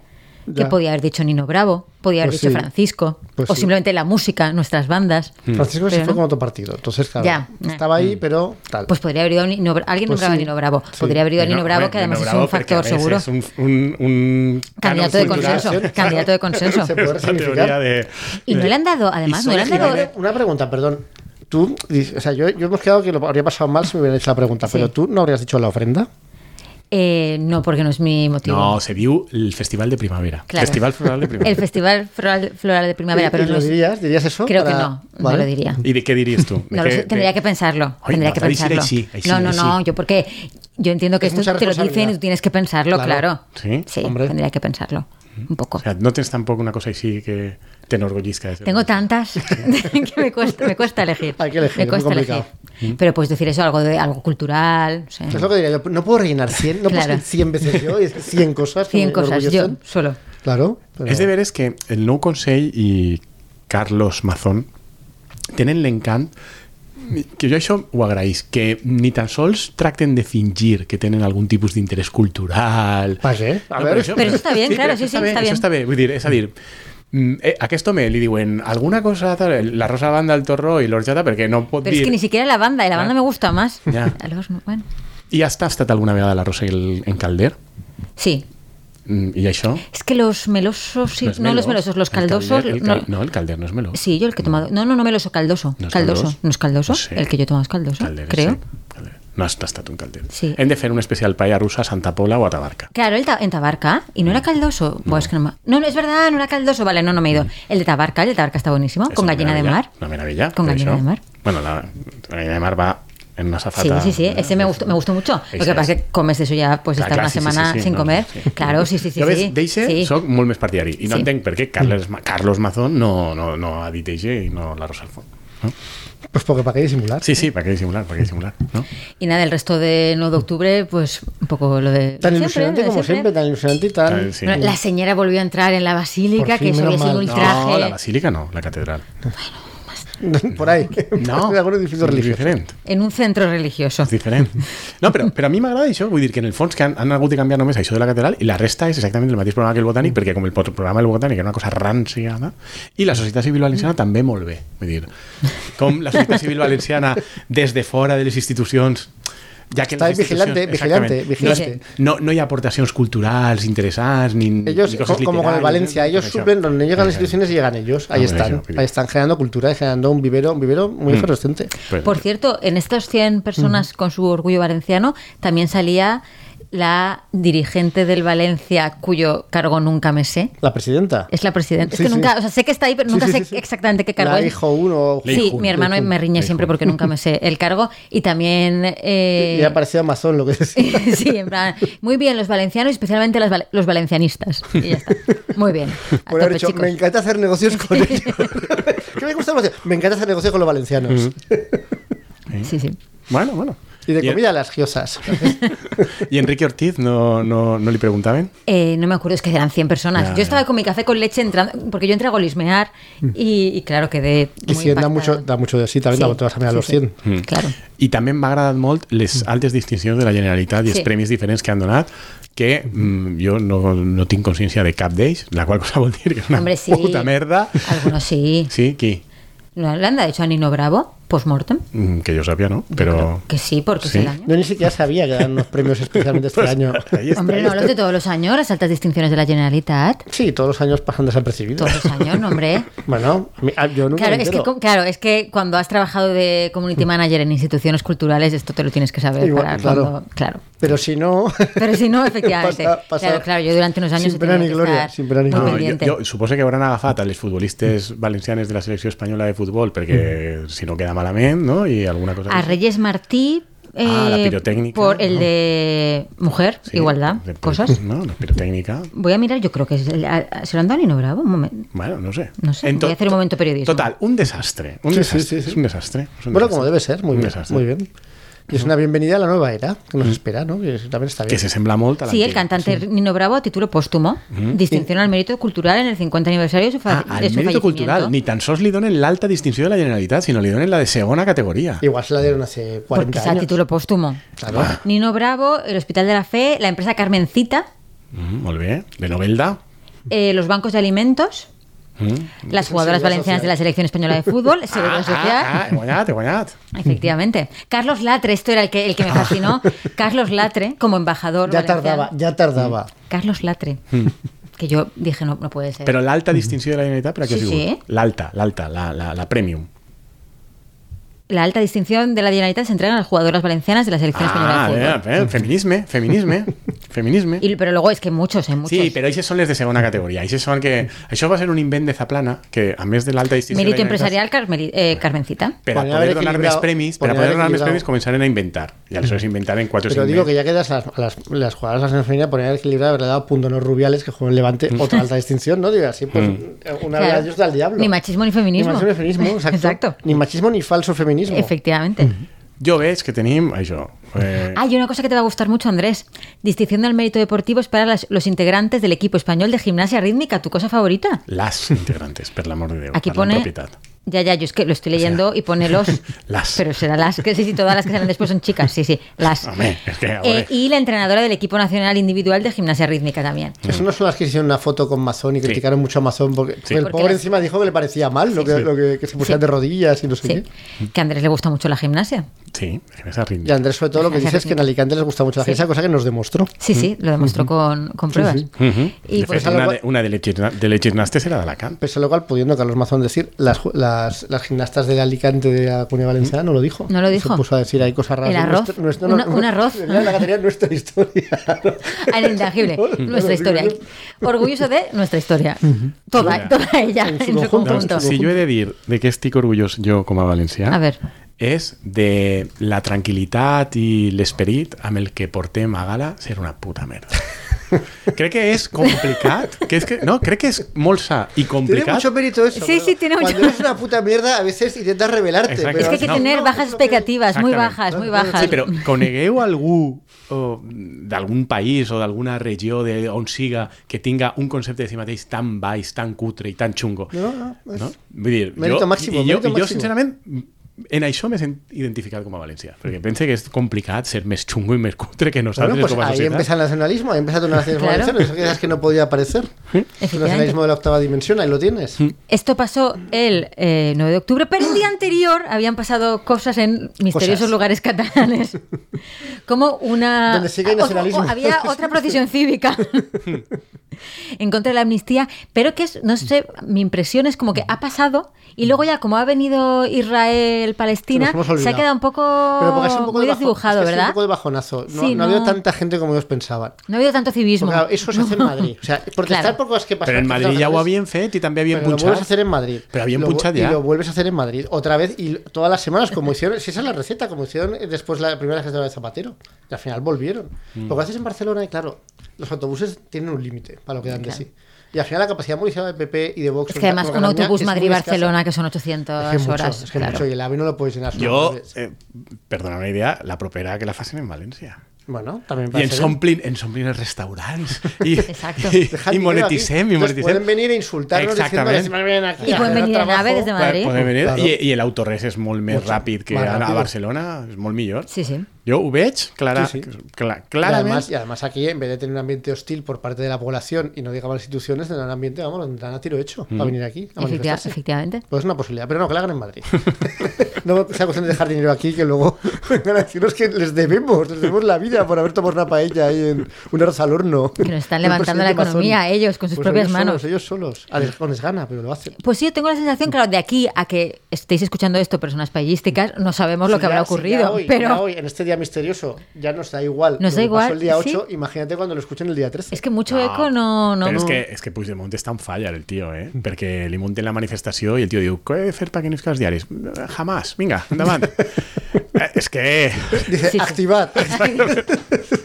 Speaker 2: que
Speaker 3: Ya.
Speaker 2: podía haber dicho Nino Bravo, podía haber
Speaker 3: Pues
Speaker 2: dicho
Speaker 3: sí.
Speaker 2: Francisco,
Speaker 3: Pues
Speaker 2: o
Speaker 3: sí.
Speaker 2: simplemente la música, nuestras bandas.
Speaker 4: Hmm.
Speaker 3: Francisco se
Speaker 2: Pero
Speaker 3: fue
Speaker 2: no.
Speaker 3: con otro partido. Entonces, claro,
Speaker 2: Ya.
Speaker 3: estaba ahí, pero tal.
Speaker 2: Pues podría haber ido a un Nino Bra- alguien
Speaker 3: Pues
Speaker 2: nombraba
Speaker 3: sí.
Speaker 2: a Nino Bravo.
Speaker 3: Sí.
Speaker 2: Podría haber ido a
Speaker 4: Bueno,
Speaker 2: Nino Bravo,
Speaker 4: bueno,
Speaker 2: que además
Speaker 4: Nino
Speaker 2: es
Speaker 4: Bravo,
Speaker 2: un factor
Speaker 4: perquè a
Speaker 2: seguro.
Speaker 4: veure, És un, un, un
Speaker 2: Candidato
Speaker 4: canon
Speaker 2: de
Speaker 4: cultural.
Speaker 2: consenso.
Speaker 3: Claro.
Speaker 2: Candidato de consenso.
Speaker 3: ¿eh? Se puede
Speaker 4: Esta teoría
Speaker 3: resignificar.
Speaker 4: de...
Speaker 2: Y no le han dado, además, no le han
Speaker 3: Sí,
Speaker 2: dado.
Speaker 3: una- Una pregunta, perdón. Tú, dices- o sea, yo, yo hemos quedado que lo habría pasado mal si me hubieran hecho la pregunta,
Speaker 2: Sí.
Speaker 3: pero tú no habrías dicho la ofrenda.
Speaker 2: Eh, no, porque no es mi motivo.
Speaker 4: No, se vio el Festival de Primavera.
Speaker 2: Claro.
Speaker 4: Festival Floral de
Speaker 2: El
Speaker 4: Primavera.
Speaker 2: Festival Floral, Floral de Primavera,
Speaker 3: ¿Y-
Speaker 2: pero
Speaker 3: y
Speaker 2: no
Speaker 3: lo
Speaker 2: es-
Speaker 3: dirías? ¿Dirías eso?
Speaker 2: Creo que
Speaker 3: para-
Speaker 2: no, no
Speaker 3: Vale.
Speaker 2: lo diría.
Speaker 4: ¿Y de qué dirías tú? ¿De
Speaker 2: No lo
Speaker 4: qué-
Speaker 2: sé, tendría
Speaker 4: de-
Speaker 2: que pensarlo.
Speaker 4: Ay,
Speaker 2: tendría
Speaker 4: no,
Speaker 2: que
Speaker 4: ahí sí, ahí
Speaker 2: pensarlo.
Speaker 4: sí, ahí sí,
Speaker 2: no, no,
Speaker 4: ahí
Speaker 2: no,
Speaker 4: sí.
Speaker 2: yo porque yo entiendo que
Speaker 3: Es
Speaker 2: esto
Speaker 3: mucha
Speaker 2: te lo dicen y
Speaker 3: responsabilidad.
Speaker 2: tú tienes que pensarlo, claro.
Speaker 3: Claro.
Speaker 4: Sí.
Speaker 3: Hombre.
Speaker 2: tendría que pensarlo un poco.
Speaker 4: O sea, no tienes tampoco una cosa así que te enorgullezca. de ser
Speaker 2: Tengo
Speaker 4: valenciano.
Speaker 2: tantas que me cuesta, me cuesta elegir.
Speaker 3: Hay que elegir,
Speaker 2: me
Speaker 3: es muy
Speaker 2: cuesta elegir. Pero puedes decir eso, algo de algo cultural, no sé.
Speaker 3: Es lo que diría yo. No puedo rellenar 100, no
Speaker 2: Claro.
Speaker 3: puedo ser 100 veces yo, es 100 cosas. que
Speaker 2: 100
Speaker 3: me
Speaker 2: cosas, yo
Speaker 3: enorgullecen.
Speaker 2: solo.
Speaker 3: Claro. pero-
Speaker 4: És de veres que el nou Consell i Carlos Mazón tenen l'encant que jo això ho agraís, que ni tan sols tracten de fingir que tenen algun tipus d'interès cultural.
Speaker 3: ¿Para qué? A ver,
Speaker 2: Però això està bien, claro,
Speaker 4: però
Speaker 2: sí, sí, està
Speaker 4: això bé,
Speaker 2: bien.
Speaker 4: Això està bé, vull dir, és a dir, mm, eh, a aquest home li diuen alguna cosa, tal, la Rosa Banda, el Torró i l'Orxata, perquè no pot
Speaker 2: Pero es
Speaker 4: dir...
Speaker 2: que ni siquiera la banda, y la banda
Speaker 4: Ya.
Speaker 2: me gusta más.
Speaker 4: Ya.
Speaker 2: A los- bueno.
Speaker 4: I ja està estat alguna vegada la Rosa i el, en Calder?
Speaker 2: Sí.
Speaker 4: Mm, I això?
Speaker 2: Es que los melosos, sí, no los melosos, los
Speaker 4: el
Speaker 2: caldosos.
Speaker 4: Calder, el
Speaker 2: no-
Speaker 4: cal- no, el Calder no és meló.
Speaker 2: Sí, yo el que he tomado. No, no, no meloso, caldoso.
Speaker 4: No Pues és
Speaker 2: caldoso.
Speaker 4: caldós?
Speaker 2: ¿No es caldoso?
Speaker 4: No sé.
Speaker 2: El que yo he tomado es caldoso,
Speaker 4: Calder,
Speaker 2: creo.
Speaker 4: sí. Calder. No has estat un calder.
Speaker 2: Sí.
Speaker 4: Hem de fer un especial paella russa a Santa Pola o a Tabarca.
Speaker 2: Claro, el ta- en Tabarca. ¿Y
Speaker 4: Mm.
Speaker 2: no era caldoso? Buah, es que no, me- no, no, es verdad, no era caldoso. Vale, no, no me he ido. El de Tabarca, el de Tabarca está buenísimo.
Speaker 4: És
Speaker 2: con
Speaker 4: Mm. una
Speaker 2: gallina de
Speaker 4: meravella,
Speaker 2: mar.
Speaker 4: Una meravella.
Speaker 2: Con
Speaker 4: però
Speaker 2: gallina
Speaker 4: això-
Speaker 2: de mar.
Speaker 4: Bueno, la, la gallina de mar va en una zafata.
Speaker 2: Sí, sí, sí, ese me gustó, me gustó mucho. Lo que pasa es que comes eso ya, pues estar una semana sin comer. Claro, sí, sí, sí.
Speaker 4: Jo veig,
Speaker 2: sí,
Speaker 4: d'eixe
Speaker 2: sí.
Speaker 4: soc molt més partidari i no
Speaker 2: Sí.
Speaker 4: entenc per què Carles, Ma- Carlos Mazón no, no, no ha dit eixe i no la Rosa Alfon. No?
Speaker 3: Pues porque para qué disimular.
Speaker 4: Sí, sí, per què dissimular, per què dissimular. No?
Speaker 2: Y nada, el resto de 9 de octubre, pues un poco lo de.
Speaker 3: Tan
Speaker 2: lo de
Speaker 3: ilusionante
Speaker 2: lo de
Speaker 3: como siempre, tan ilusionante y tan.
Speaker 4: Ah, sí.
Speaker 2: Bueno, La señora volvió a entrar en la basílica,
Speaker 3: Por fin,
Speaker 2: que eso
Speaker 3: menos
Speaker 2: había sido
Speaker 3: mal.
Speaker 2: un
Speaker 3: No,
Speaker 2: ultraje.
Speaker 4: No, la basílica no, la catedral.
Speaker 3: Por ahí.
Speaker 4: No,
Speaker 3: De algún edificio
Speaker 4: és
Speaker 3: religioso.
Speaker 4: diferent.
Speaker 2: En un centro religioso.
Speaker 4: És diferent. No, però, però a mi m'agrada això, vull dir que en el fons que han, han hagut de canviar només això de la catedral i la resta és exactament el mateix programa que el botànic,
Speaker 3: Mm.
Speaker 4: perquè com el pot- programa del botànic era una cosa ranciada, i la societat civil valenciana
Speaker 3: Mm.
Speaker 4: també molt bé. Vull dir, com la societat civil valenciana des de fora de les institucions ja que
Speaker 3: Està
Speaker 4: les institucions-
Speaker 3: vigilante, vigilante,
Speaker 4: exactament.
Speaker 3: vigilante.
Speaker 4: No, és- no, no hi ha aportacions culturals interessants ni,
Speaker 3: Ellos,
Speaker 4: ni
Speaker 3: co-
Speaker 4: coses
Speaker 3: como, con el
Speaker 4: literàries,
Speaker 3: Valencia,
Speaker 4: ni-
Speaker 3: ellos
Speaker 4: això.
Speaker 3: suplen donde llegan las
Speaker 4: Exacte.
Speaker 3: instituciones y llegan ellos. Ahí
Speaker 4: Ah,
Speaker 3: están.
Speaker 4: mira,
Speaker 3: Ahí están generando cultura y generando un vivero, un vivero muy efervescente.
Speaker 4: Però-
Speaker 2: Por cierto, en estas 100 personas con su orgullo valenciano también salía la dirigente del Valencia, cuyo cargo nunca me sé.
Speaker 3: La presidenta.
Speaker 2: Es la presidenta.
Speaker 3: Sí,
Speaker 2: es que
Speaker 3: sí.
Speaker 2: nunca, o sea, sé que está ahí, pero
Speaker 3: Sí,
Speaker 2: nunca
Speaker 3: sí,
Speaker 2: sé
Speaker 3: sí, sí.
Speaker 2: exactamente qué cargo
Speaker 3: La
Speaker 2: es.
Speaker 3: hijo uno.
Speaker 4: Ley
Speaker 2: Sí,
Speaker 4: Jun,
Speaker 2: mi
Speaker 4: Ley
Speaker 2: hermano me riñe
Speaker 4: Ley
Speaker 2: siempre
Speaker 4: Jun.
Speaker 2: porque nunca me sé el cargo. Y también. eh,
Speaker 3: Y aparecía Amazon, lo que decía.
Speaker 2: sí, en plan, muy bien, los valencianos, especialmente las val- los valencianistas. Y ya está. Muy bien. A
Speaker 3: Por haber
Speaker 2: tope,
Speaker 3: dicho,
Speaker 2: chicos.
Speaker 3: me encanta hacer negocios con ellos. ¿Qué me gusta? negociar? Me encanta hacer negocios con los valencianos.
Speaker 2: Sí, sí.
Speaker 4: Bueno, bueno.
Speaker 3: Y de
Speaker 4: I,
Speaker 3: comida, las giosas.
Speaker 4: I Enrique Ortiz no, no, no li preguntaven?
Speaker 2: Eh, no me acuerdo, es que eran 100 personas.
Speaker 4: Ya,
Speaker 2: yo estaba
Speaker 4: ya.
Speaker 2: con mi café con leche entrando, porque yo entré a golismear y, y claro, quedé.
Speaker 3: Y
Speaker 2: muy
Speaker 3: si da
Speaker 2: impactada.
Speaker 3: mucho, da mucho de sí, también
Speaker 2: Sí,
Speaker 3: la te vas a mirar
Speaker 2: sí,
Speaker 3: los
Speaker 2: sí. Mm.
Speaker 3: 100.
Speaker 2: Claro.
Speaker 4: I també m'ha agradat molt les
Speaker 3: Mm.
Speaker 4: altes distincions de la Generalitat i els
Speaker 2: Sí.
Speaker 4: premis diferents que han donat, que mm, jo no, no tinc consciència de cap d'ells, la qual cosa vol dir que és una
Speaker 2: Hombre, sí.
Speaker 4: puta merda.
Speaker 2: Algunos sí.
Speaker 4: Sí, qui?
Speaker 2: ¿No le han hecho a Nino Bravo? post-mortem?
Speaker 4: Mm, Que yo sabía, ¿no? Pero.
Speaker 2: Que sí, porque
Speaker 4: Sí.
Speaker 2: es el año.
Speaker 3: Yo ni siquiera sabía que eran los premios especialmente este año.
Speaker 4: ahí está.
Speaker 2: Hombre, no hablas de todos los años, las altas distinciones de la Generalitat.
Speaker 3: Sí, todos los años pasan desapercibidos.
Speaker 2: Todos los años, no, hombre.
Speaker 3: Bueno, a mí- a- yo nunca
Speaker 2: Claro
Speaker 3: me
Speaker 2: es, que,
Speaker 3: entero. Hmm.
Speaker 2: co- claro, es que cuando has trabajado de community manager en instituciones culturales, esto te lo tienes que saber.
Speaker 3: Igual,
Speaker 2: para
Speaker 3: claro.
Speaker 2: cuando- claro.
Speaker 3: Pero si no...
Speaker 2: Pero si no, efectivamente.
Speaker 3: Pasa- pasa-
Speaker 2: claro, claro, yo durante unos años
Speaker 3: Sin pena
Speaker 2: he tenido
Speaker 3: ni
Speaker 2: que
Speaker 3: gloria,
Speaker 2: estar
Speaker 3: sin pena ni
Speaker 2: muy
Speaker 3: gloria.
Speaker 4: No, yo,
Speaker 2: pendiente.
Speaker 4: yo suposo que hauran agafat els futbolistes valencianes de la selecció espanyola de futbol perquè si no queda malament, no? I alguna cosa...
Speaker 2: Mm. A Reyes Martí.
Speaker 4: Ah, la
Speaker 2: eh,
Speaker 4: pirotécnica,
Speaker 2: Por el
Speaker 4: ¿no?
Speaker 2: de mujer,
Speaker 4: Sí,
Speaker 2: igualdad,
Speaker 4: de- de-
Speaker 2: cosas.
Speaker 4: No, de pirotècnica.
Speaker 2: Voy a mirar, yo creo que es. el- a- a- ¿Se lo han dado a Nino Bravo? Un momento.
Speaker 4: Bueno, no sé.
Speaker 2: No sé,
Speaker 4: En to-
Speaker 2: voy a hacer un momento periodismo.
Speaker 4: Total, un desastre. Un
Speaker 3: Sí, sí,
Speaker 4: desastre.
Speaker 3: sí, sí.
Speaker 4: Es un desastre. es un
Speaker 3: Bueno,
Speaker 4: desastre.
Speaker 3: como debe ser, muy
Speaker 4: Un
Speaker 3: bien.
Speaker 4: desastre. Mm.
Speaker 3: Muy bien. Y es una bienvenida a la nueva era que nos espera, ¿no? Que también está bien.
Speaker 4: Que se sembla molt a
Speaker 2: Sí, el
Speaker 4: l'antiga.
Speaker 2: cantante Nino Bravo a título póstumo. Distinción al mérito cultural en el 50 aniversario de su, fa-
Speaker 4: Ah, al
Speaker 2: de su fallecimiento.
Speaker 4: mérito cultural, ni tan sols li donen l'alta distinció de la Generalitat, sinó li donen la de segona categoría.
Speaker 3: Igual se la dieron hace 40
Speaker 2: porque es a
Speaker 3: años.
Speaker 2: título póstumo.
Speaker 3: Claro.
Speaker 4: Ah.
Speaker 2: Nino Bravo, el Hospital de la Fe, la empresa Carmencita,
Speaker 4: Mm, molt bé. De novelda. Mm.
Speaker 2: eh, los bancos de alimentos, las jugadoras
Speaker 3: Seguridad
Speaker 2: valencianas
Speaker 3: Social.
Speaker 2: de la Selección Española de Fútbol, Seguridad
Speaker 4: ah,
Speaker 2: Social.
Speaker 4: ah, he guanyat, he guanyat.
Speaker 2: Efectivamente. Carlos Latre, esto era el que, el
Speaker 4: Ah.
Speaker 2: que me fascinó. Carlos Latre, como embajador.
Speaker 3: Ya
Speaker 2: valenciano.
Speaker 3: tardaba, ya tardaba.
Speaker 4: Mm.
Speaker 2: Carlos Latre. Que yo dije, no, no puede ser.
Speaker 4: Hmm. Pero l'alta distinció de la Generalitat, per a què
Speaker 2: Eh. Sí,
Speaker 4: ha sigut?
Speaker 2: sí.
Speaker 4: L'alta, l'alta, la, la, la premium.
Speaker 2: La alta distinción de la Generalitat se entrega a las jugadoras valencianas de la selección española
Speaker 4: Ah,
Speaker 2: de fútbol.
Speaker 4: bé, bé, feminisme, feminisme, feminisme.
Speaker 2: Y- pero luego es que muchos, ¿eh? Muchos.
Speaker 4: Sí, però aquests són les de segona categoria. Aquests són que... Això va ser un invent de Zaplana, que a més de l'alta distinció... de la
Speaker 2: Mérito
Speaker 4: Generalitat-
Speaker 2: empresarial Carmeli- eh, Carmencita.
Speaker 4: Per a
Speaker 3: Podrían
Speaker 4: poder
Speaker 3: haber
Speaker 4: donar més
Speaker 3: equilibrado-
Speaker 4: premis, per a
Speaker 3: podrían
Speaker 4: poder
Speaker 3: haber
Speaker 4: donar més
Speaker 3: equilibrado.
Speaker 4: premis, començaren a inventar. I aleshores inventaren 4 o 5
Speaker 3: Pero digo que ya quedas las, las, las jugadoras de la selección femenina ponían equilibrado, haberle dado punto a los rubiales que juegan Levante,
Speaker 4: Mm.
Speaker 3: otra alta distinción, ¿no? Digo así, pues una vez
Speaker 2: Claro.
Speaker 3: a Dios da al diablo.
Speaker 2: Ni machismo ni feminismo.
Speaker 3: Ni machismo ni feminismo, exacto.
Speaker 2: Exacto.
Speaker 3: Ni machismo ni falso feminismo.
Speaker 2: Efectivamente.
Speaker 4: Jo veig que tenim això. Eh,
Speaker 2: Ah, y una cosa que te va a gustar mucho, Andrés. Distinción del mérito deportivo es para las- los integrantes del equipo español de gimnasia rítmica, tu cosa favorita.
Speaker 4: les integrantes, per l'amor de Déu.
Speaker 2: Aquí pone.
Speaker 4: parlant Propietat.
Speaker 2: Ya, ya, yo es que lo estoy leyendo y pone los.
Speaker 4: Las.
Speaker 2: Pero será las que sí, sí, todas las que salen después son chicas, sí, sí, las.
Speaker 4: Hombre, es que,
Speaker 2: Eh,
Speaker 4: hombre.
Speaker 2: y la entrenadora del equipo nacional individual de gimnasia rítmica también.
Speaker 4: Mm.
Speaker 3: Eso no son las que hicieron una foto con Mazón y criticaron mucho a Mazón porque, porque el
Speaker 2: Porque
Speaker 3: pobre
Speaker 2: las-
Speaker 3: encima dijo que le parecía mal lo que, lo que, que se
Speaker 2: Sí.
Speaker 3: pusieran de rodillas y no sé
Speaker 2: Sí.
Speaker 3: qué.
Speaker 2: Que a Andrés le gusta mucho la gimnasia.
Speaker 4: Sí, en esa
Speaker 3: Y
Speaker 4: ritmo.
Speaker 3: Andrés, sobre todo, lo que dice es que en Alicante les gusta mucho la
Speaker 2: Sí.
Speaker 3: gente, cosa que nos demostró.
Speaker 2: Sí, sí, lo demostró con, con pruebas.
Speaker 4: Mhm.
Speaker 2: Y
Speaker 4: de
Speaker 2: pues,
Speaker 4: fet, una,
Speaker 3: algo-
Speaker 4: de, una de les gimna- de les gimnastes era d'Alacant.
Speaker 3: Pese a lo cual, pudiendo Carlos Mazón decir, las, ju- las, las gimnastas del Alicante de la Comunidad Valenciana no lo dijo.
Speaker 2: ¿Mm? No lo dijo.
Speaker 3: Se puso a decir ahí cosas raras.
Speaker 2: El arroz. Una- un arroz.
Speaker 3: Era la categoría nuestra historia. ¿no?
Speaker 2: al Ah, intangible, nuestra
Speaker 3: digo
Speaker 2: historia. Orgulloso de nuestra historia. Toda,
Speaker 4: Mira.
Speaker 2: toda ella, en su
Speaker 3: conjunto.
Speaker 2: conjunto.
Speaker 4: Doncs, si jo he de dir de què estic orgullós jo com a valencià,
Speaker 2: A ver.
Speaker 4: és de la tranquil·litat i l'esperit amb el que portem a gala ser una puta merda. crec que és complicat, que és que, no, crec que és molt sa i
Speaker 3: Tiene
Speaker 4: complicat.
Speaker 3: mucho mérito eso.
Speaker 2: Sí,
Speaker 3: pero
Speaker 2: sí, tiene mucho-
Speaker 3: Cuando eres una puta mierda, a veces intentas revelarte.
Speaker 4: Exacto.
Speaker 2: Es
Speaker 3: pero-
Speaker 2: que hay que
Speaker 4: No.
Speaker 2: tener bajas
Speaker 3: es lo que-
Speaker 2: expectativas, muy
Speaker 4: Exactamente.
Speaker 2: bajas, muy bajas.
Speaker 4: Sí, però conegueu algú o, d'algun país o d'alguna regió de, on siga que tinga un concepte de si mateix tan baix, tan cutre i tan xungo?
Speaker 3: No, no, pues, és-
Speaker 4: no? Vull dir,
Speaker 3: Mérito máximo,
Speaker 4: i jo,
Speaker 3: mérito
Speaker 4: i jo,
Speaker 3: máximo.
Speaker 4: sincerament, en això m'he sent identificat com a valencià, perquè pense que és complicat ser més xungo i més cutre que
Speaker 3: Bueno,
Speaker 4: nosaltres
Speaker 3: pues
Speaker 4: com a
Speaker 3: ahí empieza
Speaker 4: societat.
Speaker 3: el nacionalismo, ahí empieza tu nacionalismo
Speaker 2: Claro.
Speaker 3: valenciano, eso que es que no podía aparecer. El nacionalismo de la octava dimensión, ahí lo tienes.
Speaker 2: Esto pasó el eh, 9 de octubre, pero el día anterior habían pasado cosas en misteriosos
Speaker 3: Cosas.
Speaker 2: lugares catalanes. Como una.
Speaker 3: Donde sí que hay
Speaker 2: o- o-
Speaker 3: nacionalismo.
Speaker 2: o había otra procesión cívica en contra de la amnistía, pero que es, no sé, mi impresión es como que ha pasado y luego ya, como ha venido Israel-Palestina,
Speaker 3: Se nos hemos
Speaker 2: se ha
Speaker 3: olvidado.
Speaker 2: quedado un poco,
Speaker 3: Pero porque es un poco
Speaker 2: muy
Speaker 3: de bajo-
Speaker 2: desdibujado,
Speaker 3: es que es
Speaker 2: ¿verdad?
Speaker 3: un poco de bajonazo. No,
Speaker 2: Sí,
Speaker 3: no ha habido
Speaker 2: no.
Speaker 3: tanta gente como ellos pensaban.
Speaker 2: No ha habido tanto civismo.
Speaker 3: Porque, claro, eso se hace en Madrid. O sea, protestar
Speaker 2: Claro.
Speaker 3: por cosas que pasan.
Speaker 4: Però en
Speaker 3: entre
Speaker 4: Madrid ja ho
Speaker 3: trabajadores,
Speaker 4: havien fet i també havien
Speaker 3: pero Lo vuelves a
Speaker 4: punxat.
Speaker 3: hacer en Madrid.
Speaker 4: Pero habían
Speaker 3: Lo vu-
Speaker 4: punchado
Speaker 3: Y
Speaker 4: ya.
Speaker 3: lo vuelves a hacer en Madrid. Otra vez y todas las semanas, como hicieron. Si esa es la receta, como hicieron después la primera gestión de Zapatero. Y al final volvieron.
Speaker 4: Mm.
Speaker 3: Lo que haces en Barcelona, y claro, los autobuses tienen un límite para lo que dan de sí. Y al final la capacidad municipal de PP y de Vox.
Speaker 2: Es que además
Speaker 3: con
Speaker 2: un
Speaker 3: Cataluña
Speaker 2: autobús
Speaker 3: Pues es muy escasa.
Speaker 2: Madrid-Barcelona, que son
Speaker 3: Es
Speaker 2: 800
Speaker 3: que mucho,
Speaker 2: horas.
Speaker 3: es que
Speaker 2: claro.
Speaker 3: mucho, y el AVE no lo puedes llenar solo.
Speaker 4: Jo,
Speaker 3: ¿sabes?
Speaker 4: eh, perdona una idea, la propera que la facin en València.
Speaker 3: Bueno, también ¿eh?
Speaker 4: I
Speaker 3: parece
Speaker 4: ens
Speaker 3: bien.
Speaker 4: omplin, ens omplin els restaurants i,
Speaker 2: Exacto.
Speaker 4: i,
Speaker 3: Dejad
Speaker 4: i
Speaker 3: dinero aquí.
Speaker 4: monetitzem, i
Speaker 3: Entonces,
Speaker 4: monetitzem.
Speaker 3: Pueden venir e insultarnos
Speaker 4: Exactamente.
Speaker 3: diciendo que si vienen aquí
Speaker 2: Y
Speaker 3: a
Speaker 2: pueden
Speaker 3: hacer
Speaker 2: venir en
Speaker 3: trabajo".
Speaker 2: AVE desde Madrid.
Speaker 4: Podem venir,
Speaker 3: Claro.
Speaker 4: i, i l'autorres és molt més
Speaker 3: Mucho.
Speaker 4: ràpid que
Speaker 3: Más
Speaker 4: a, a
Speaker 3: rápido.
Speaker 4: Barcelona, és molt millor.
Speaker 2: Sí, sí.
Speaker 4: Jo ho veig clara,
Speaker 3: Sí, sí.
Speaker 4: cla-
Speaker 3: Y
Speaker 4: clarament.
Speaker 3: además, y además aquí, en vez de tener un ambiente hostil por parte de la población y no digamos las instituciones, tendrán un ambiente, vamos, lo tendrán a tiro hecho para venir aquí a
Speaker 2: Efectiva-
Speaker 3: manifestarse.
Speaker 2: efectivamente.
Speaker 3: Pues es una posibilidad, pero no, que la hagan en Madrid. no sea cuestión de dejar dinero aquí que luego vengan a decirnos que les debemos, les debemos la vida por haber tomado una paella ahí en un arroz al horno.
Speaker 2: Que nos están
Speaker 3: Del
Speaker 2: levantando la
Speaker 3: presidente Mazón.
Speaker 2: economía ellos, con sus
Speaker 3: Pues
Speaker 2: propias
Speaker 3: ellos
Speaker 2: manos.
Speaker 3: solos, ellos solos, A des- con desgana, pero lo hacen.
Speaker 2: Pues sí, yo tengo la sensación, claro, de aquí a que estéis escuchando esto, personas payísticas, no sabemos lo
Speaker 3: Si
Speaker 2: que habrá
Speaker 3: ya- si ya
Speaker 2: ocurrido.
Speaker 3: hoy- ya
Speaker 2: pero
Speaker 3: hoy, en este día misterioso, ya nos da igual.
Speaker 2: Nos
Speaker 3: lo
Speaker 2: da
Speaker 3: que pasó
Speaker 2: igual,
Speaker 3: el día
Speaker 2: sí.
Speaker 3: 8, imagínate cuando lo escuchen el día 13.
Speaker 2: es que mucho eco no. no
Speaker 4: Però és que, és que Puigdemont està en falla, el tio, eh? Perquè li munten la manifestació i el tio diu què he de fer perquè no es els diaris? Jamás, vinga, endavant. eh, és que...
Speaker 3: Dice,
Speaker 2: Sí, Pues sí.
Speaker 3: activad.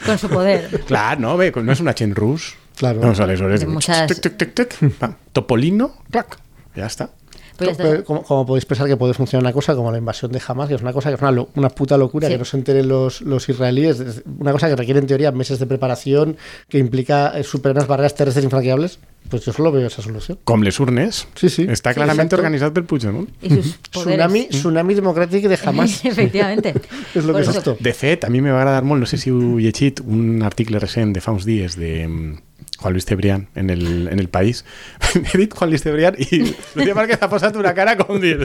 Speaker 2: Con su poder.
Speaker 4: Clar, no, bé, no és un agent rus.
Speaker 3: Claro.
Speaker 4: Doncs aleshores...
Speaker 2: De muchas-
Speaker 4: Tic, tic, tic, tic, va, Topolino, clac, ja està.
Speaker 2: Pues ya está.
Speaker 3: Pero como, como podéis pensar que puede funcionar una cosa como la invasión de Hamas, que es una cosa que es una, lo- una puta locura,
Speaker 2: Sí.
Speaker 3: que no se enteren los, los israelíes, es una cosa que requiere en teoría meses de preparación, que implica eh, superar unas barreras terrestres infranqueables, pues yo solo veo esa solución.
Speaker 4: Com les urnes.
Speaker 3: Sí, sí.
Speaker 4: Està
Speaker 3: Sí,
Speaker 4: clarament
Speaker 3: exacto.
Speaker 4: organitzat per Puigdemont.
Speaker 2: y sus poderes. Mm.
Speaker 3: Tsunami, tsunami democrático de Hamas.
Speaker 2: Efectivamente.
Speaker 3: Es lo
Speaker 2: Por
Speaker 3: que es
Speaker 2: eso,
Speaker 3: esto.
Speaker 4: De fet, a mi me va agradar molt, no sé si heu llegit un article recent de fa uns dies de mm, Juan Luis Cebrián en el, en el País. He dit Juan Luis Cebrián i Lucía Márquez ha posat una cara com dir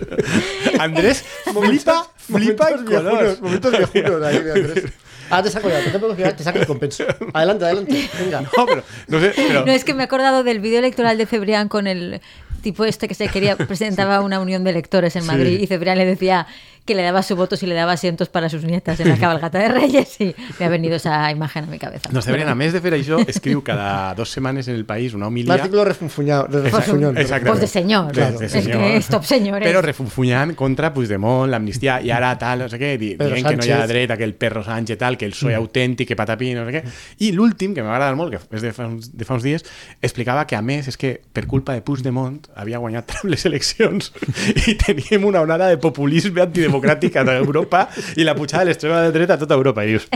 Speaker 4: Andrés flipa, flipa en
Speaker 3: momentos
Speaker 4: colors.
Speaker 3: viejunos, momentos viejunos ahí de Andrés. Ah, te saco ya, te saco, ya, te saco el compenso. Adelante, adelante, venga.
Speaker 4: No, pero, no sé, pero,
Speaker 2: No, es que me he acordado del vídeo electoral de Cebrián con el tipo este que se quería presentaba una unión de electores en Madrid y Cebrián le decía que le daba su voto si le daba asientos para sus nietas en la cabalgata de Reyes y me ha venido esa imagen a mi cabeza.
Speaker 4: no, Cebrián, a més de fer això, escriu cada dos setmanes en el País una
Speaker 3: Un
Speaker 4: homilia
Speaker 3: artículo refunfuñado, de refunfuñón.
Speaker 4: Exactamente.
Speaker 2: Pues de señor.
Speaker 4: Claro.
Speaker 2: Es
Speaker 4: De señor.
Speaker 2: que es top señores.
Speaker 4: Pero refunfuñan contra Puigdemont, la amnistía y ahora tal, no sé qué. Di,
Speaker 3: Pedro
Speaker 4: dient que no hi ha
Speaker 3: Sánchez.
Speaker 4: dreta, que el perro Sánchez tal, que el soy
Speaker 2: Mm.
Speaker 4: autèntic, que patapí, no sé què. I l'últim, que m'agrada molt, que és de fa, uns, de fa uns dies, explicava que a més és que per culpa de Puigdemont havia guanyat Trump les eleccions i teníem una onada de populisme antidemocràtic a Europa i la pujada de l'extrema dreta a tota Europa. I dius,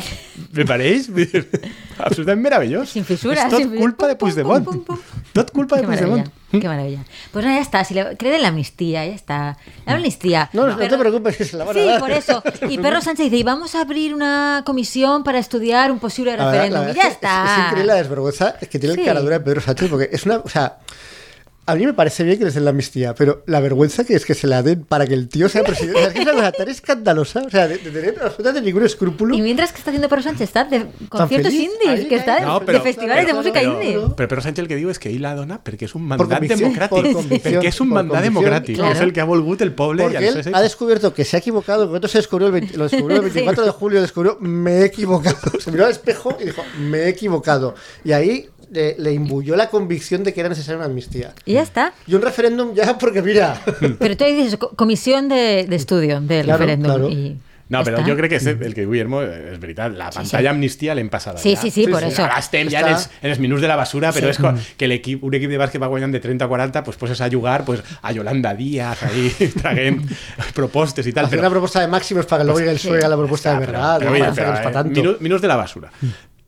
Speaker 4: me pareix Vull dir, absolutament meravellós.
Speaker 2: Sin fissures,
Speaker 4: És tot
Speaker 2: sin fissures.
Speaker 4: culpa de
Speaker 2: Pum, pum,
Speaker 4: Puigdemont.
Speaker 2: pum, pum, pum.
Speaker 4: Tot culpa de
Speaker 2: Qué maravilla,
Speaker 4: Puigdemont.
Speaker 3: ¿Mm?
Speaker 2: qué maravilla. Pues nada, ya está. Si le cree en la amnistía, ya está. La amnistía.
Speaker 3: No, no, no te
Speaker 2: Pero-
Speaker 3: preocupes, que se la van a
Speaker 2: Sí,
Speaker 3: dar.
Speaker 2: por eso. Y Perro Sánchez dice, y vamos a abrir una comisión para estudiar un posible
Speaker 3: La verdad- la
Speaker 2: referéndum. Y
Speaker 3: verdad
Speaker 2: ya
Speaker 3: es que es- Es,
Speaker 2: está.
Speaker 3: increíble la desvergüenza que tiene
Speaker 2: Sí.
Speaker 3: el caradura de Pedro Sánchez, porque es una. O sea, a mí me parece bien que les den la amnistía, pero la vergüenza que es que se la den para que el tío sea presidente. o sea, es que es una cosa tan escandalosa, o sea, de, de tener absolutamente ningún escrúpulo.
Speaker 2: Y mientras que está haciendo Perro Sánchez, está de conciertos
Speaker 3: feliz,
Speaker 2: indies,
Speaker 3: ahí,
Speaker 2: que está de-
Speaker 3: No,
Speaker 2: de
Speaker 3: pero-
Speaker 2: festivales de
Speaker 3: pero-
Speaker 2: música
Speaker 3: pero-
Speaker 2: indie.
Speaker 4: Però Pedro Sánchez el que diu és que ell la dona perquè és un mandat
Speaker 3: convicció,
Speaker 4: democràtic.
Speaker 3: por convicció,
Speaker 4: perquè és un
Speaker 3: por
Speaker 4: mandat
Speaker 3: convicció.
Speaker 4: democràtic.
Speaker 2: Claro.
Speaker 4: És el que ha volgut el poble i
Speaker 3: Porque
Speaker 4: els
Speaker 3: él
Speaker 4: seus
Speaker 3: ha descubierto que se ha equivocado, que esto se descubrió el, 20 lo descubrió el
Speaker 2: Sí.
Speaker 3: 24 de julio, descubrió, me he equivocado. Se miró al espejo y dijo, me he equivocado. Y ahí le, le imbuyó la convicción de que era necesaria una amnistía.
Speaker 2: Y ya está.
Speaker 3: Y un referéndum ya, porque mira,
Speaker 2: Pero tú ahí dices, co- comisión de, de estudio del
Speaker 3: Claro,
Speaker 2: referéndum.
Speaker 3: claro.
Speaker 2: y
Speaker 4: No,
Speaker 2: ya
Speaker 4: però
Speaker 2: está.
Speaker 4: jo crec que és el que diu Guillermo és veritat. La pantalla amnistia l'hem passada
Speaker 2: Sí,
Speaker 4: ja.
Speaker 2: sí, sí,
Speaker 3: Sí,
Speaker 2: por
Speaker 3: sí.
Speaker 2: eso.
Speaker 4: Ara estem ja este en
Speaker 3: Està-
Speaker 4: els, en els minuts de la basura, però és com que l'equip, un equip de bàsquet va guanyant de 30 a 40, pues poses a jugar pues, a Yolanda Díaz, ahí, traguent propostes i tal.
Speaker 3: hacer una propuesta de máximos para que luego llegue el PSOE a la propuesta de verdad.
Speaker 4: Però,
Speaker 3: no
Speaker 4: mira,
Speaker 3: parece que no es
Speaker 4: però,
Speaker 3: para
Speaker 4: eh,
Speaker 3: tanto.
Speaker 4: minu- minuts de la basura.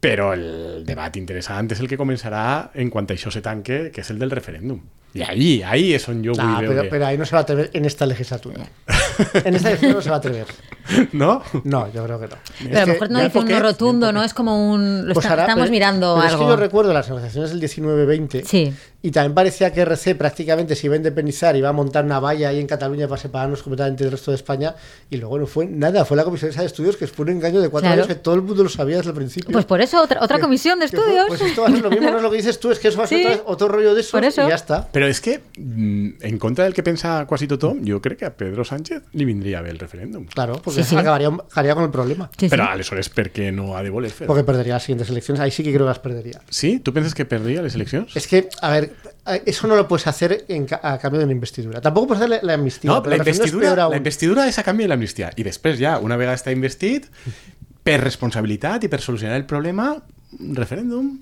Speaker 4: Però el debat interessant és el que començarà en quant això se tanque, que és el del referèndum. I ahí, ahí és on jo
Speaker 3: Nah,
Speaker 4: vull
Speaker 3: Ah, pero,
Speaker 4: veure.
Speaker 3: pero ahí no se va a atrever en esta legislatura. En esta legislatura no se va a atrever.
Speaker 4: No?
Speaker 3: No, yo creo que no.
Speaker 2: Pero a lo mejor no dice un no rotundo, ¿no? Es como un... lo
Speaker 3: Pues
Speaker 2: está-
Speaker 3: ahora,
Speaker 2: estamos
Speaker 3: pero-
Speaker 2: mirando
Speaker 3: pero Es que yo
Speaker 2: algo.
Speaker 3: recuerdo las negociaciones del 19-20
Speaker 2: Sí.
Speaker 3: y también parecía que RC prácticamente se iba a independizar, iba a montar una valla ahí en Cataluña para separarnos completamente del resto de España y luego no fue nada, fue la Comisión esa de Estudios que fue un engaño de cuatro
Speaker 2: Claro.
Speaker 3: años que todo el mundo lo sabía desde el principio.
Speaker 2: Pues por eso otra, otra
Speaker 3: Que-
Speaker 2: comisión de
Speaker 3: que fue-
Speaker 2: estudios.
Speaker 3: Pues esto va a ser lo mismo, no es lo que dices tú, es que eso va a ser
Speaker 2: Sí.
Speaker 3: otra vez otro rollo de esos
Speaker 2: Por eso.
Speaker 3: y ya está.
Speaker 4: Però és que, mm, en contra del que pensa quasi tothom, jo crec que a Pedro Sánchez li vindria bé el referèndum.
Speaker 3: Claro, porque
Speaker 2: Sí, sí.
Speaker 3: acabaría, acabaría con el problema.
Speaker 2: Sí, sí.
Speaker 4: Però aleshores per què no ha de voler fer?
Speaker 3: Porque perdería las siguientes elecciones, ahí sí que creo que las perdería.
Speaker 4: Sí? Tu penses que perdria les eleccions?
Speaker 3: Es que, a ver, eso no lo puedes hacer en ca- a cambio de una investidura. Tampoco puedes hacer la, la amnistía.
Speaker 4: No,
Speaker 3: pero
Speaker 4: la
Speaker 3: el referéndum es
Speaker 4: investidura,
Speaker 3: peor aún.
Speaker 4: la investidura és a canvi de l'amnistia. I després ja, una vegada està investit, per responsabilitat i per solucionar el problema, un referèndum.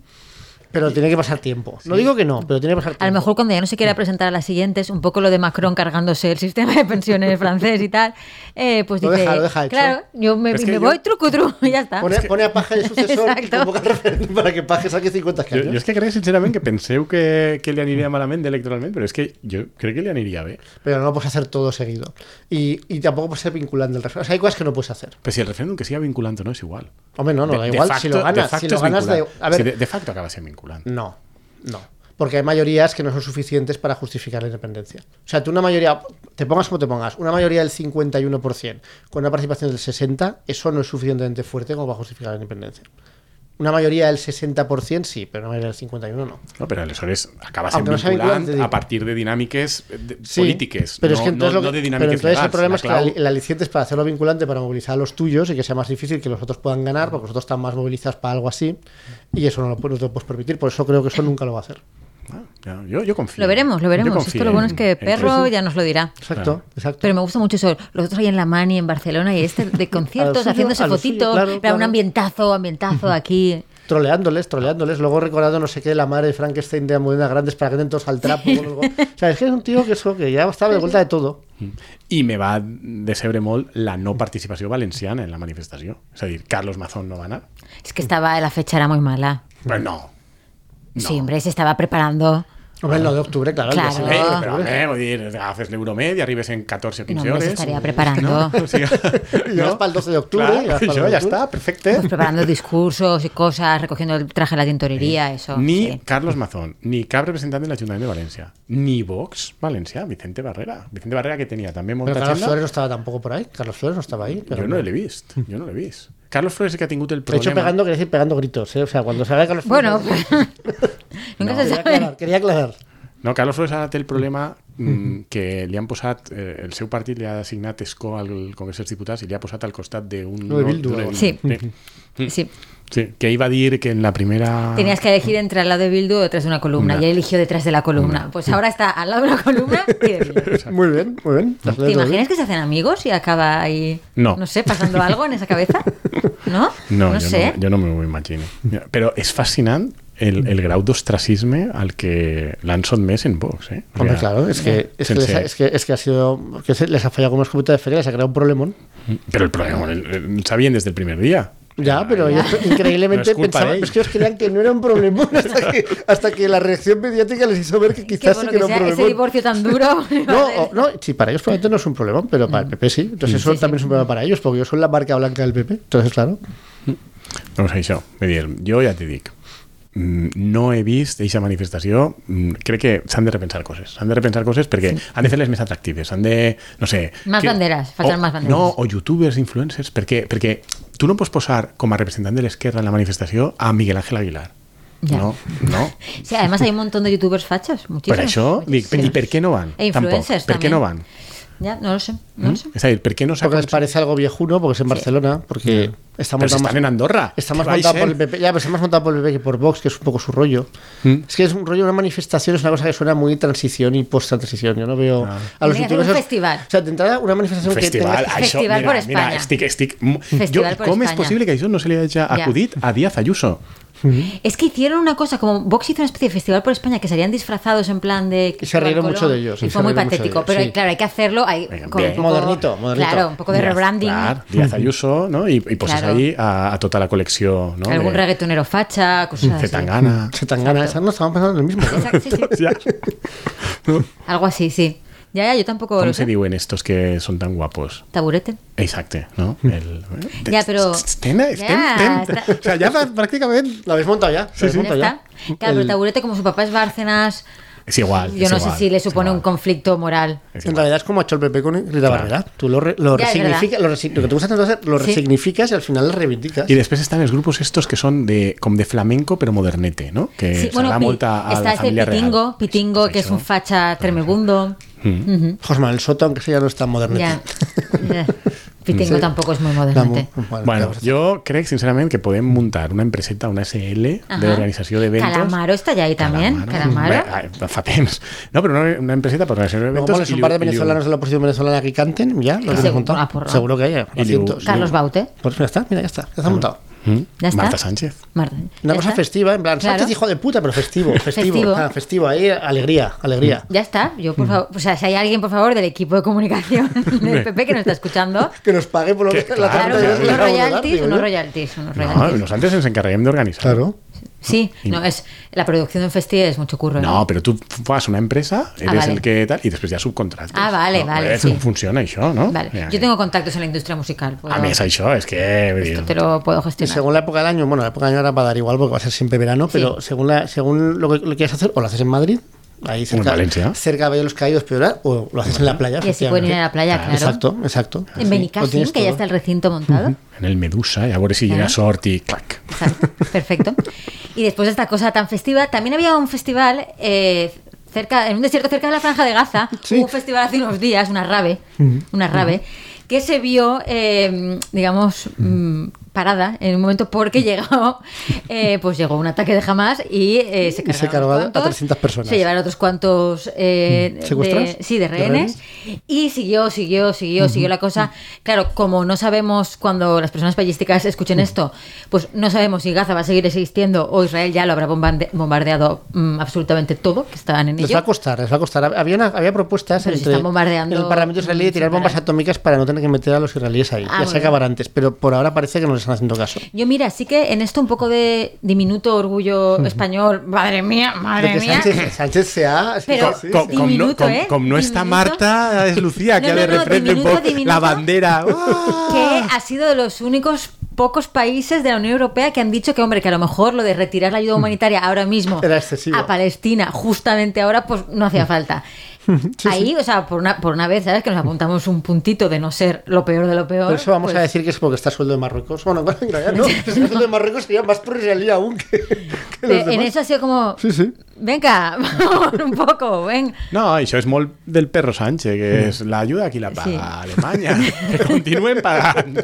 Speaker 3: Pero tiene que pasar tiempo. No digo que no, pero tiene que pasar tiempo.
Speaker 2: A lo mejor cuando ya no se quiera presentar a las siguientes, un poco lo de Macron cargándose el sistema de pensiones francés y tal, eh, pues
Speaker 3: Lo
Speaker 2: dice,
Speaker 3: deja, lo deja hecho.
Speaker 2: claro, yo me,
Speaker 4: Es que
Speaker 2: me
Speaker 4: yo-
Speaker 2: voy truco truco y ya está.
Speaker 3: Pone, pone a paja el sucesor y
Speaker 2: Exacto.
Speaker 3: convoca el referéndum para que paje saque 50
Speaker 4: Jo,
Speaker 3: escaños.
Speaker 4: jo és que crec sincerament que penseu que, que li aniria malament electoralment, però és que jo crec que li aniria bé.
Speaker 3: Pero no lo puedes hacer todo seguido. Y, y tampoco puedes ser vinculante el referéndum. O sea, hay cosas que no puedes hacer.
Speaker 4: Però si el referèndum que sigui vinculant o no és igual.
Speaker 3: Hombre, no, no,
Speaker 4: De-
Speaker 3: da
Speaker 4: de
Speaker 3: igual. si
Speaker 4: facto-
Speaker 3: lo
Speaker 4: de
Speaker 3: ganas, si
Speaker 4: facto
Speaker 3: lo
Speaker 4: es
Speaker 3: ganas, da
Speaker 4: vinculant.
Speaker 3: igual. A ver, Mm.
Speaker 4: Sí, de, de facto acaba sent vinculant.
Speaker 3: no, no. Porque hay mayorías que no son suficientes para justificar la independencia. O sea, tú una mayoría, te pongas como te pongas, una mayoría del 51% con una participación del 60%, eso no es suficientemente fuerte como para justificar la independencia. Una mayoría del 60% sí, pero una mayoría del 51% no.
Speaker 4: No, però aleshores acaba sent
Speaker 3: Aunque no sigui
Speaker 4: vinculant
Speaker 3: vinculant, dic.
Speaker 4: a partir de dinàmiques eh, de,
Speaker 3: Sí,
Speaker 4: polítiques,
Speaker 3: pero
Speaker 4: no,
Speaker 3: es que entonces,
Speaker 4: no,
Speaker 3: lo
Speaker 4: no
Speaker 3: que- pero
Speaker 4: de dinàmiques
Speaker 3: entonces el problema
Speaker 4: la
Speaker 3: es que la
Speaker 4: clau-
Speaker 3: li- el aliciente es para hacerlo vinculante, para movilizar a los tuyos y que sea más difícil que los otros puedan ganar, porque los otros están más movilizados para algo así, y eso no lo, pu- no te lo puedes permitir, por eso creo que eso nunca lo va a hacer.
Speaker 4: Ah, ya, yo, yo confío.
Speaker 2: Lo veremos, lo
Speaker 4: Yo
Speaker 2: veremos.
Speaker 4: confío
Speaker 2: Esto lo bueno es
Speaker 4: en-
Speaker 2: que
Speaker 4: en
Speaker 2: Perro
Speaker 4: Jesús.
Speaker 2: ya nos lo dirá.
Speaker 3: Exacto,
Speaker 4: Claro.
Speaker 3: exacto.
Speaker 2: Pero me gusta mucho eso. Los otros ahí en La Mani, en Barcelona, y este de conciertos,
Speaker 3: suyo,
Speaker 2: haciéndose
Speaker 3: a lo suyo,
Speaker 2: fotitos.
Speaker 3: claro,
Speaker 2: era un
Speaker 3: claro.
Speaker 2: ambientazo, ambientazo aquí.
Speaker 3: troleándoles, troleándoles, luego recordando no sé qué, la madre de Frankenstein de Almudena Grandes para que den todos al trapo. luego- O sea, es que es un tío que, eso, que ya estaba de vuelta de todo.
Speaker 4: I me va decebre molt la no participació valenciana en la manifestació. És a dir, Carlos Mazón no va anar.
Speaker 2: Es que estaba, la fecha era muy mala.
Speaker 4: Però no. No.
Speaker 2: Sí, hombre, se estaba preparando.
Speaker 3: Hombre, el 9 de octubre, claro. el día
Speaker 2: Claro.
Speaker 4: Eh,
Speaker 3: siguiente.
Speaker 4: però home, vull dir, agafes l'Euromed i arribes en 14 o 15
Speaker 2: No, hombre,
Speaker 4: hores.
Speaker 2: se estaria preparando.
Speaker 4: O sigui,
Speaker 3: I vas pel 12 de octubre,
Speaker 4: Clar,
Speaker 3: i vas pel
Speaker 4: això
Speaker 3: 12 de
Speaker 4: ja
Speaker 3: octubre.
Speaker 4: està, perfecte.
Speaker 2: Pues preparando discursos y cosas, recogiendo el traje de la tintorería, eso.
Speaker 4: Eh, Ni
Speaker 2: sí.
Speaker 4: Carlos Mazón, ni cap representant de l'Ajuntament de València, ni Vox Valencià, Vicente Barrera. Vicente Barrera que tenia també molta
Speaker 3: Pero Carlos
Speaker 4: agenda.
Speaker 3: Flores no estaba tampoco por ahí. Carlos Flores no estaba ahí. Pero
Speaker 4: Jo no l'he vist, jo no l'he vist. Carlos Flores sí que ha tingut el
Speaker 3: De hecho,
Speaker 4: problema.
Speaker 3: pegando, quiere decir pegando gritos. ¿eh? O sea, cuando salga Carlos Flores.
Speaker 2: Bueno, nunca se
Speaker 3: Quería
Speaker 2: sabe.
Speaker 3: aclarar, quería aclarar.
Speaker 4: No, Carlos Flores ara té el problema mm, que li han posat, eh, el seu partit li ha assignat escó al Congrés dels Diputats i li ha posat al costat d'un...
Speaker 3: No, de Bildu,
Speaker 4: d'un-
Speaker 3: no?
Speaker 2: Sí.
Speaker 4: sí.
Speaker 2: Sí.
Speaker 4: Sí, que iba a dir que en la primera...
Speaker 2: Tenías que elegir entre al lado de Bildu o detrás de una columna.
Speaker 4: Una.
Speaker 2: Y él eligió detrás de la columna. Pues ahora está al lado de la columna y de Bildu.
Speaker 3: Muy bien, muy bien. Las
Speaker 2: ¿Te
Speaker 3: leyes lo
Speaker 2: imaginas que se hacen amigos y acaba ahí,
Speaker 4: ¿eh? No.
Speaker 2: sé, pasando algo en esa cabeza? ¿No?
Speaker 4: No, yo,
Speaker 2: sé. ¿eh?
Speaker 4: no, yo no me lo imagino. Mira, Pero es fascinante el, el grau d'ostracisme al que l'han sotmès en Vox, eh? O
Speaker 3: Hombre,
Speaker 4: sea,
Speaker 3: claro, es que, es, que
Speaker 4: sense-
Speaker 3: les ha, es, que, es que ha sido. Que se- les ha fallado como escopeta de feria, les ha creado un problemón.
Speaker 4: Pero el problema, el- el- sabían desde el primer día.
Speaker 3: Ya, pero ellos increíblemente
Speaker 4: Pero es culpa de
Speaker 3: pensaban.
Speaker 4: ellos.
Speaker 3: Es que ellos creían que no era un problemón hasta que, hasta que la reacción mediática les hizo ver que
Speaker 2: Que
Speaker 3: quizás
Speaker 2: por
Speaker 3: sí
Speaker 2: lo que
Speaker 3: que era un
Speaker 2: sea, ese
Speaker 3: problemón.
Speaker 2: divorcio tan duro.
Speaker 3: No, o- no, sí, para ellos probablemente no es un problemón, pero para el PP sí. Entonces eso
Speaker 2: Sí, sí.
Speaker 3: también es un problema para ellos, porque ellos son la marca blanca del PP. Entonces, claro.
Speaker 4: No sé, això. Vull dir, jo ja t'hi dic, mm, no he vist aquesta manifestació, mm, crec que s'han de repensar coses, s'han de repensar coses perquè han de fer-les més atractives, han de, no sé...
Speaker 2: Más
Speaker 4: que-
Speaker 2: banderes, falten
Speaker 4: o,
Speaker 2: más banderes.
Speaker 4: No, o youtubers, influencers, perquè, perquè tu no pots posar com a representant de l'esquerra en la manifestació a Miguel Ángel Aguilar.
Speaker 2: Ja.
Speaker 4: No, no.
Speaker 2: Sí, además hay un montón de youtubers fachos, muchísimos.
Speaker 4: Per això, dic,
Speaker 2: muchísimos.
Speaker 4: i per què no van?
Speaker 2: pues E influencers
Speaker 4: Tampoc. Per què no van? ¿Mm?
Speaker 2: también. Ya, no lo sé, no lo sé.
Speaker 4: És a dir, per què no s'ha...
Speaker 3: Porque les parece algo viejuno, porque es en Barcelona, porque está
Speaker 4: Però si
Speaker 3: montado
Speaker 4: estan en
Speaker 3: más.
Speaker 4: Andorra.
Speaker 3: Está más
Speaker 4: Què vais
Speaker 3: montado por el
Speaker 4: fent?
Speaker 3: PP. Ya, pero está más montado por el PP que por Vox, que es un poco su rollo. Es que es un rollo, una manifestación, es una cosa que suena muy transición y post-transición. Yo no veo a los
Speaker 2: Tiene que hacer un
Speaker 3: youtubers-
Speaker 2: festival.
Speaker 3: O sea, de entrada, una manifestación que
Speaker 4: Festival,
Speaker 3: tenga-
Speaker 4: això,
Speaker 2: Festival
Speaker 4: mira,
Speaker 2: per Espanya.
Speaker 4: Mira, estic, estic... mo-
Speaker 2: Festival
Speaker 4: jo,
Speaker 2: per
Speaker 4: com és
Speaker 2: Espanya.
Speaker 4: possible que això no se li hagi acudit a Díaz Ayuso?
Speaker 2: Es que hicieron una cosa, como Vox hizo una especie de festival por España que salían disfrazados en plan de.
Speaker 3: Y se rieron
Speaker 2: Colón,
Speaker 3: mucho de ellos,
Speaker 2: Y
Speaker 3: y
Speaker 2: fue
Speaker 3: se
Speaker 2: muy
Speaker 3: rieron mucho de
Speaker 2: patético.
Speaker 3: ellos,
Speaker 2: pero
Speaker 3: sí.
Speaker 2: hay- claro, hay que hacerlo. Hay,
Speaker 4: Venga,
Speaker 2: con un
Speaker 4: bien.
Speaker 2: poco-
Speaker 3: Modernito, modernito.
Speaker 2: Claro, un poco de
Speaker 4: Díaz,
Speaker 2: rebranding.
Speaker 4: clar, Díaz Ayuso, no? I, i poses
Speaker 2: Claro.
Speaker 4: ahí a, a tota la col·lecció, no?
Speaker 2: Algún
Speaker 4: de
Speaker 2: reggaetonero facha, cosas así.
Speaker 4: Zetangana.
Speaker 3: Se tan gana esa, Ah, no estaban pensando en el mismo. claro.
Speaker 2: Exacto, sí, sí.
Speaker 4: Ja.
Speaker 2: Algo así, sí. Ya, ya, yo tampoco
Speaker 4: Com
Speaker 2: lo
Speaker 4: se
Speaker 2: sé.
Speaker 4: diuen estos que són tan guapos?
Speaker 2: Taburete.
Speaker 4: Exacte, no?
Speaker 2: Mm.
Speaker 4: El, eh,
Speaker 2: Ja, però-
Speaker 4: Estem, estem,
Speaker 2: Ja,
Speaker 4: estem...
Speaker 2: està-
Speaker 4: O sea, ja pràcticament...
Speaker 3: Lo habéis montado ya. Sí,
Speaker 2: Ya está. Claro, pero
Speaker 3: El-
Speaker 2: Taburete, como su papá es Bárcenas,
Speaker 4: És igual,
Speaker 2: yo
Speaker 4: és
Speaker 2: no sé
Speaker 4: igual,
Speaker 2: si le
Speaker 4: és
Speaker 2: supone un
Speaker 4: igual,
Speaker 2: conflicto moral.
Speaker 4: és
Speaker 3: En
Speaker 4: igual.
Speaker 3: realidad es como ha hecho el PP con Rita Barberá. Tú lo, re- lo
Speaker 2: Ya, es
Speaker 3: resignificas, lo, resi- lo que te gusta tanto hacer, lo
Speaker 2: Sí.
Speaker 3: resignificas y al final lo reivindicas.
Speaker 4: I després estan els grupos estos que són de, com de flamenco però modernete, no? Que
Speaker 2: Sí,
Speaker 4: sí, bueno,
Speaker 2: pi-
Speaker 4: molt a, a
Speaker 2: está
Speaker 4: la
Speaker 2: este
Speaker 4: família
Speaker 2: Pitingo,
Speaker 4: real. Pues
Speaker 2: Pitingo, que es
Speaker 4: Això.
Speaker 2: un facha tremebundo.
Speaker 3: José Manuel Soto, aunque sea ya no está moderno.
Speaker 2: Ya. Ya. Pitingo tampoco es muy modernante.
Speaker 4: Bueno,
Speaker 3: pues,
Speaker 4: jo crec sincerament que podem muntar una empreseta, una SL
Speaker 2: Ajá.
Speaker 4: d'organització d'eventos.
Speaker 2: Calamaro está ya ahí también. Calamaro.
Speaker 4: Calamaro. Bé, ah, Fa temps. No, però una, una empreseta per organització d'eventos.
Speaker 3: Como
Speaker 4: i
Speaker 3: un
Speaker 4: li-
Speaker 3: par de
Speaker 4: i li-
Speaker 3: venezolanos de la oposición venezolana que canten, ya, lo
Speaker 2: Ah,
Speaker 3: tienes
Speaker 2: seguro,
Speaker 3: montado.
Speaker 2: ah, porra.
Speaker 3: Seguro que hay, a
Speaker 4: Y
Speaker 3: cientos.
Speaker 4: luego-
Speaker 2: Carlos Baute.
Speaker 3: Pues ya está, mira, ya está, ya está montado.
Speaker 4: Mm.
Speaker 2: Ya está.
Speaker 4: Marta Sánchez.
Speaker 2: Marta, ya
Speaker 3: Una cosa
Speaker 2: está.
Speaker 3: festiva, en plan,
Speaker 2: Claro.
Speaker 3: Sánchez hijo de puta, pero festivo, festivo.
Speaker 2: Festivo.
Speaker 3: Ah, festivo, ahí alegría, alegría.
Speaker 2: Ya está. Yo, por favor, o sea, si hay alguien, por favor, del equipo de comunicación del PP que nos está escuchando,
Speaker 3: Que nos pague por lo
Speaker 4: Que-
Speaker 3: menos la
Speaker 4: claro,
Speaker 2: claro,
Speaker 3: tarta de
Speaker 4: ya,
Speaker 3: Dios que le
Speaker 2: unos
Speaker 3: acabo de dar,
Speaker 2: royalties,
Speaker 3: digo
Speaker 2: unos
Speaker 3: yo.
Speaker 2: royalties, unos
Speaker 4: No,
Speaker 2: royalties.
Speaker 4: nosotros nos encargaremos de organizar.
Speaker 3: Claro.
Speaker 2: Sí, no, es, la producción de un festival es mucho curro. ¿eh?
Speaker 4: No, però tu fas una empresa, eres
Speaker 2: Ah, vale.
Speaker 4: el que tal, i després hi ha subcontractes.
Speaker 2: Ah, vale,
Speaker 4: no?
Speaker 2: vale,
Speaker 4: És
Speaker 2: sí.
Speaker 4: com funciona això, no?
Speaker 2: Vale.
Speaker 4: Mira,
Speaker 2: Yo tengo contactos en la industria musical. puedo-
Speaker 4: A més, això és que... vull dir,
Speaker 2: esto te lo puedo
Speaker 3: Y
Speaker 2: gestionar.
Speaker 3: según la época del año, bueno, la época del año ahora va a dar igual porque va a ser siempre verano, pero según, la, según lo que lo quieras hacer, o lo haces en Madrid, ahí cerca,
Speaker 4: Valencia.
Speaker 3: cerca de Valle de los Caídos, peor, o lo haces en la playa.
Speaker 2: Y así pueden ir a la playa,
Speaker 4: Ah,
Speaker 2: claro.
Speaker 3: Exacto, exacto.
Speaker 2: En
Speaker 3: Benicassim,
Speaker 2: Benicassim, que ya está el recinto montado.
Speaker 4: En el Medusa, i a veure si llega
Speaker 2: Claro.
Speaker 4: sort i clac.
Speaker 2: Exacto, perfecto. Y después de esta cosa tan festiva, también había un festival eh, cerca, en un desierto cerca de la Franja de Gaza.
Speaker 3: Sí.
Speaker 2: Hubo un festival hace unos días, una rave, una rave, que se vio, eh, digamos, mm, parada en un momento porque llegó, eh, pues llegó un ataque de Hamas y eh, se cargaron,
Speaker 3: Y se
Speaker 2: unos
Speaker 3: cargaron a
Speaker 2: cuantos,
Speaker 3: 300 personas.
Speaker 2: Se llevaron otros cuantos eh, de-
Speaker 3: ¿Secuestrados?
Speaker 2: sí, de
Speaker 3: ¿De
Speaker 2: rehenes.
Speaker 3: rehenes?
Speaker 2: Y siguió, siguió, siguió, siguió la cosa. Claro, como no sabemos cuando las personas payísticas escuchen esto, pues no sabemos si Gaza va a seguir existiendo o Israel ya lo habrá bombande- bombardeado mm, absolutamente todo, que estaban en
Speaker 3: Les va a
Speaker 2: ello.
Speaker 3: costar, les va a costar. Había, una- había propuestas
Speaker 2: Pero si
Speaker 3: entre
Speaker 2: están bombardeando-
Speaker 3: el Parlamento israelí de tirar
Speaker 2: sin
Speaker 3: bombas
Speaker 2: parar.
Speaker 3: atómicas para no tener que meter a los israelíes ahí.
Speaker 2: Ah,
Speaker 3: ya
Speaker 2: muy
Speaker 3: se acabará
Speaker 2: bien.
Speaker 3: antes, pero por ahora parece que no les están haciendo caso.
Speaker 2: Yo mira, sí que en esto un poco de diminuto orgullo español, madre mía, madre
Speaker 3: Porque
Speaker 2: mía.
Speaker 3: Sánchez, Sánchez se ha...
Speaker 2: Pero-
Speaker 3: sí, sí,
Speaker 4: Com,
Speaker 3: sí.
Speaker 4: com, no,
Speaker 2: Diminuto,
Speaker 4: com,
Speaker 2: eh?
Speaker 4: com no està
Speaker 2: Diminuto.
Speaker 4: Marta, és Lucía, que
Speaker 2: No,
Speaker 4: ha de
Speaker 2: no, no,
Speaker 4: reprendre un
Speaker 2: diminuto,
Speaker 4: poc
Speaker 2: diminuto.
Speaker 4: la bandera. Ah!
Speaker 2: que ha sido de los únicos pocos países de la Unión Europea que han dicho que, hombre, que a lo mejor lo de retirar la ayuda humanitaria ahora mismo
Speaker 3: Mm. Era excesivo. Mm.
Speaker 2: a Palestina, justamente ahora, pues no hacía falta. Ahí, o sea, por una, por una vez, ¿sabes? Que nos apuntamos un puntito de no ser lo peor de lo peor.
Speaker 3: Por eso vamos
Speaker 2: pues,
Speaker 3: a decir que es porque está el sueldo de Marruecos. Bueno, bueno, en realidad no. El sueldo de Marruecos sería más pro-israelí aún que, que los
Speaker 2: eh, En
Speaker 3: demás.
Speaker 2: eso ha sido como,
Speaker 3: Sí, sí.
Speaker 2: venga, vamos un poco, ven.
Speaker 4: No, això és molt del perro Sánchez, que és l'ajuda qui la paga
Speaker 2: Sí.
Speaker 4: a Alemanya, que continuen pagant.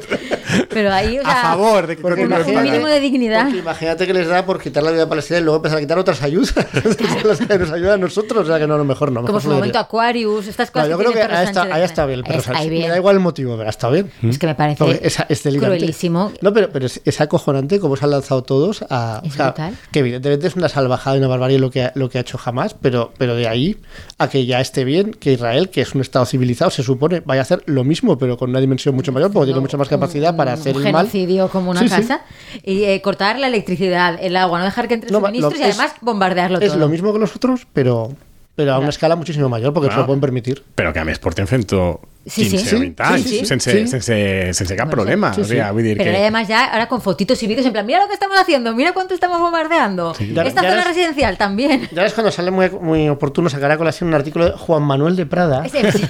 Speaker 2: Pero ahí, o
Speaker 4: A
Speaker 2: sea,
Speaker 4: favor de que
Speaker 2: un-
Speaker 4: continúen
Speaker 2: un mínimo
Speaker 4: pagant.
Speaker 2: de dignidad.
Speaker 3: Porque imagínate que les da por quitar la vida a Palestina y luego empezar a quitar otras ayudas. las que nos ayudan a nosotros. O sea que no, a lo mejor no.
Speaker 2: Como
Speaker 3: mejor
Speaker 2: su
Speaker 3: no
Speaker 2: momento
Speaker 3: diría.
Speaker 2: Aquarius, estas
Speaker 3: No,
Speaker 2: cosas.
Speaker 3: yo
Speaker 2: que
Speaker 3: creo que
Speaker 2: tiene Pedro
Speaker 3: ha estado,
Speaker 2: Sánchez
Speaker 3: ha
Speaker 2: de-
Speaker 3: estado bien el perro
Speaker 2: Está
Speaker 3: Sánchez.
Speaker 2: bien.
Speaker 3: Me da igual el motivo, pero ha estado bien.
Speaker 2: Es que me parece
Speaker 3: Porque es, es delirante.
Speaker 2: cruelísimo.
Speaker 3: No, pero, pero es, es acojonante cómo se han lanzado todos a.
Speaker 2: Es brutal.
Speaker 3: que evidentemente es una salvajada y una barbarie lo que, ha- lo que ha hecho jamás, pero, pero de ahí a que ya esté bien que Israel, que es un Estado civilizado, se supone, vaya a hacer lo mismo, pero con una dimensión mucho mayor, porque tiene mucha más capacidad para hacer
Speaker 2: un
Speaker 3: el mal.
Speaker 2: genocidio como una
Speaker 3: Sí, sí.
Speaker 2: casa y eh, cortar la electricidad, el agua, no dejar que entren
Speaker 3: No, va,
Speaker 2: suministros
Speaker 3: lo-
Speaker 2: y además
Speaker 3: es-
Speaker 2: bombardearlo
Speaker 3: Es
Speaker 2: todo.
Speaker 3: lo mismo que los otros, pero, pero a una escala muchísimo mayor, porque se
Speaker 4: Claro.
Speaker 3: lo pueden permitir.
Speaker 4: Però que a més portem fent-ho
Speaker 2: Sí,
Speaker 4: 15
Speaker 2: sí.
Speaker 4: o 20 anys,
Speaker 2: Sí, sí, sí.
Speaker 4: sense,
Speaker 3: Sí.
Speaker 4: sense, sense cap
Speaker 2: Por eso.
Speaker 4: problema.
Speaker 3: Sí,
Speaker 4: o sea,
Speaker 3: sí.
Speaker 4: vull dir
Speaker 2: Pero
Speaker 4: que...
Speaker 2: además ya ahora con fotitos y vídeos en plan, mira lo que estamos haciendo, mira cuánto estamos bombardeando.
Speaker 3: Ya-
Speaker 2: Esta
Speaker 3: ya
Speaker 2: zona
Speaker 3: las-
Speaker 2: residencial también.
Speaker 3: Ya ves cuando sale muy, muy oportuno sacar a colación un artículo de Juan Manuel de Prada.
Speaker 2: Es, es-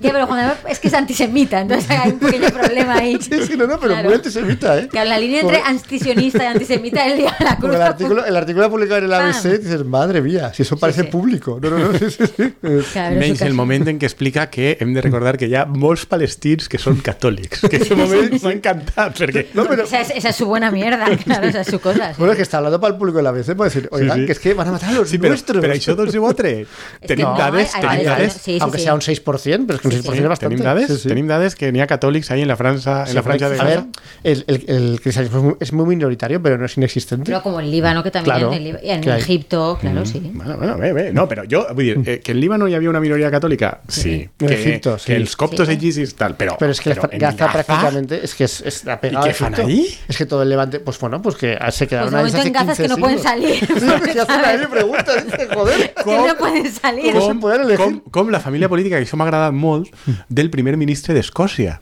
Speaker 2: ya, pero Juan Manuel es que es antisemita, entonces hay un pequeño problema ahí.
Speaker 3: Sí, sí, no, no, pero
Speaker 2: Claro.
Speaker 3: muy antisemita, ¿eh?
Speaker 2: Que la línea entre
Speaker 3: Porque-
Speaker 2: antisionista y antisemita el día de la cruz.
Speaker 3: porque el artículo, el artículo publicado en el
Speaker 2: Pam.
Speaker 3: ABC dices, madre mía, si eso parece
Speaker 2: sí.
Speaker 3: público. No, no, no, sí, sí, sí.
Speaker 2: Claro,
Speaker 4: Menys
Speaker 2: eso
Speaker 4: el
Speaker 2: casi-
Speaker 4: moment en què explica que hem de recordar que hi ha molts palestins que són catòlics. Que aquest moment m'ha encantat, perquè...
Speaker 3: No, pero,
Speaker 2: esa, es, esa es su buena mierda, claro, esa es su cosa. sí.
Speaker 3: bueno, es que está hablando para el público del ABC, puede decir, oigan,
Speaker 4: sí.
Speaker 3: que es que van a matar a los
Speaker 4: Sí, però,
Speaker 3: nuestros.
Speaker 4: però això dels 10 Tenim
Speaker 2: no,
Speaker 4: dades,
Speaker 2: hay-
Speaker 4: tenim
Speaker 2: hay-
Speaker 4: dades.
Speaker 2: Sí, sí,
Speaker 3: Aunque
Speaker 2: sí.
Speaker 3: sea un 6%, pero es que un 6% es bastante.
Speaker 4: Tenim dades,
Speaker 3: Sí, sí.
Speaker 4: tenim dades que n'hi ha catòlics ahí en la França, en
Speaker 3: Sí,
Speaker 4: la Franja de
Speaker 3: a ver,
Speaker 4: Gaza.
Speaker 3: el, el- el cristianismo es muy- es muy minoritario, pero no es inexistente.
Speaker 2: Pero como en Líbano, que también
Speaker 3: Claro,
Speaker 2: en, el Lib- en
Speaker 3: que hay. Mm.
Speaker 2: Egipto, claro, sí. Pues
Speaker 4: Bueno, bueno, bé, bé. No, però jo, vull dir, eh, que en Líbano hi havia una minoria catòlica, sí.
Speaker 3: En
Speaker 4: Que,
Speaker 3: Egipto, sí.
Speaker 4: que els coptos
Speaker 2: Sí.
Speaker 4: egipcis, tal, però...
Speaker 3: Pero es que
Speaker 4: però en
Speaker 3: Gaza, prácticamente es que es, es la pegada.
Speaker 4: qué
Speaker 3: de
Speaker 4: fan
Speaker 3: Egipto.
Speaker 4: ahí?
Speaker 3: Es que todo el levante, pues bueno, pues que se
Speaker 2: Pues
Speaker 3: quedaron
Speaker 2: de
Speaker 3: ahí
Speaker 2: momento
Speaker 3: desde
Speaker 2: en Gaza es
Speaker 3: hace
Speaker 2: que no
Speaker 3: 15
Speaker 2: pueden salir.
Speaker 3: siglos. Sí, pero ¿qué hacen ahí? Pregunta, dice, joder.
Speaker 2: Que no pueden salir.
Speaker 3: ¿Cómo se poden elegir?
Speaker 4: com, com la família política, que això m'ha agradat molt, del primer ministre d'Escòcia,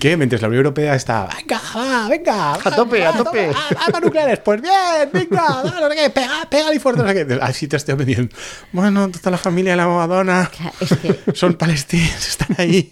Speaker 4: que mentre la Unió Europea està venga, va, venga,
Speaker 3: A
Speaker 4: va,
Speaker 3: tope, a tope.
Speaker 4: va, va, nucleares, pues bien, venga, va, no sé què, pega, pega-li fort, no sé què. Així t'esteu dient, bueno, tota la família de la meva dona
Speaker 2: Claro, es que,
Speaker 4: són palestins, estan ahí.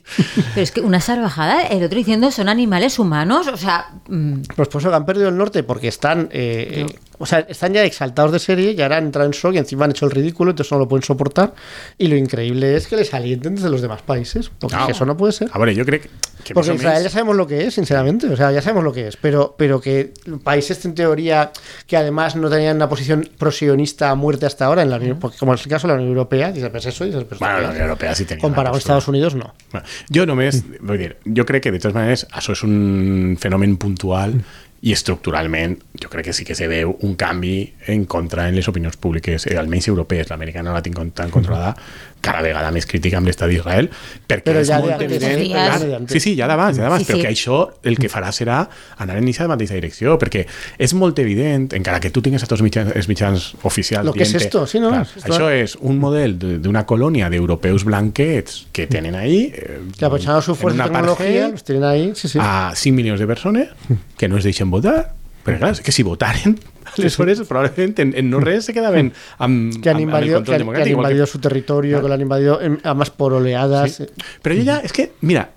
Speaker 2: pero es que una salvajada, el otro diciendo son animales humanos, o sea, mm,
Speaker 3: Pues por eso que han perdido el norte, porque están. eh, eh, o sea, están ya exaltados de serie y ahora entran en shock y encima han hecho el ridículo, entonces no lo pueden soportar. Y lo increíble es que les alienten desde los demás países, porque es que eso no puede ser.
Speaker 4: A veure, jo crec que
Speaker 3: Porque
Speaker 4: més o
Speaker 3: Israel ya
Speaker 4: menys...
Speaker 3: sabemos lo que es, sinceramente. O sea, ya sabemos lo que es. Pero, pero que países en teoría que además no tenían una posición prosionista a muerte hasta ahora, en la Unión- porque como es el caso de la Unión Europea, dices, pues eso, dices, pues,
Speaker 4: Bueno,
Speaker 3: ¿qué
Speaker 4: la
Speaker 3: es?
Speaker 4: Unió Europea sí tenia...
Speaker 3: Comparado
Speaker 4: una
Speaker 3: con
Speaker 4: postura.
Speaker 3: Estados Unidos, no.
Speaker 4: Bueno, Jo només, vull dir, jo crec que de totes maneres això és un fenomen puntual i estructuralment jo crec que sí que se veu un canvi en contra en les opinions públiques, eh, almenys europees. L'americana no la tinc tan controlada, cada vegada més crítica amb l'estat d'Israel, perquè
Speaker 3: Però
Speaker 4: és
Speaker 3: ja de
Speaker 4: molt
Speaker 3: antes,
Speaker 4: evident...
Speaker 2: sí, ja
Speaker 3: de
Speaker 4: clar,
Speaker 3: antes.
Speaker 4: sí, sí, ja d'abans, ja d'abans,
Speaker 2: Sí,
Speaker 4: però
Speaker 2: sí.
Speaker 4: que això el que farà serà anar en aquesta mateixa direcció, perquè és molt evident, encara que tu tinguis estos mitjans, els mitjans oficials...
Speaker 3: Lo que és
Speaker 4: dient-te,
Speaker 3: esto, sí, no,
Speaker 4: clar,
Speaker 3: és clar.
Speaker 4: Això és un model de- d'una colònia d'europeus blanquets que tenen ahí... Eh,
Speaker 3: Que aprovechando su
Speaker 4: en Ah,
Speaker 3: fuerza
Speaker 4: un
Speaker 3: y tecnología,
Speaker 4: apartheid,
Speaker 3: los tienen ahí. Sí, sí.
Speaker 4: a 5 milions de persones que no es deixen votar. Però clar, és que si votaren, aleshores probablement en, en no res se quedaven amb,
Speaker 3: que han
Speaker 4: amb- amb
Speaker 3: invadido,
Speaker 4: el
Speaker 3: que han, que
Speaker 4: control
Speaker 3: han
Speaker 4: democràtic. igual
Speaker 3: invadido su territorio, que lo han invadido en- además por oleadas.
Speaker 4: Ah. Sí.
Speaker 3: eh.
Speaker 4: Però jo ja, és que, mira,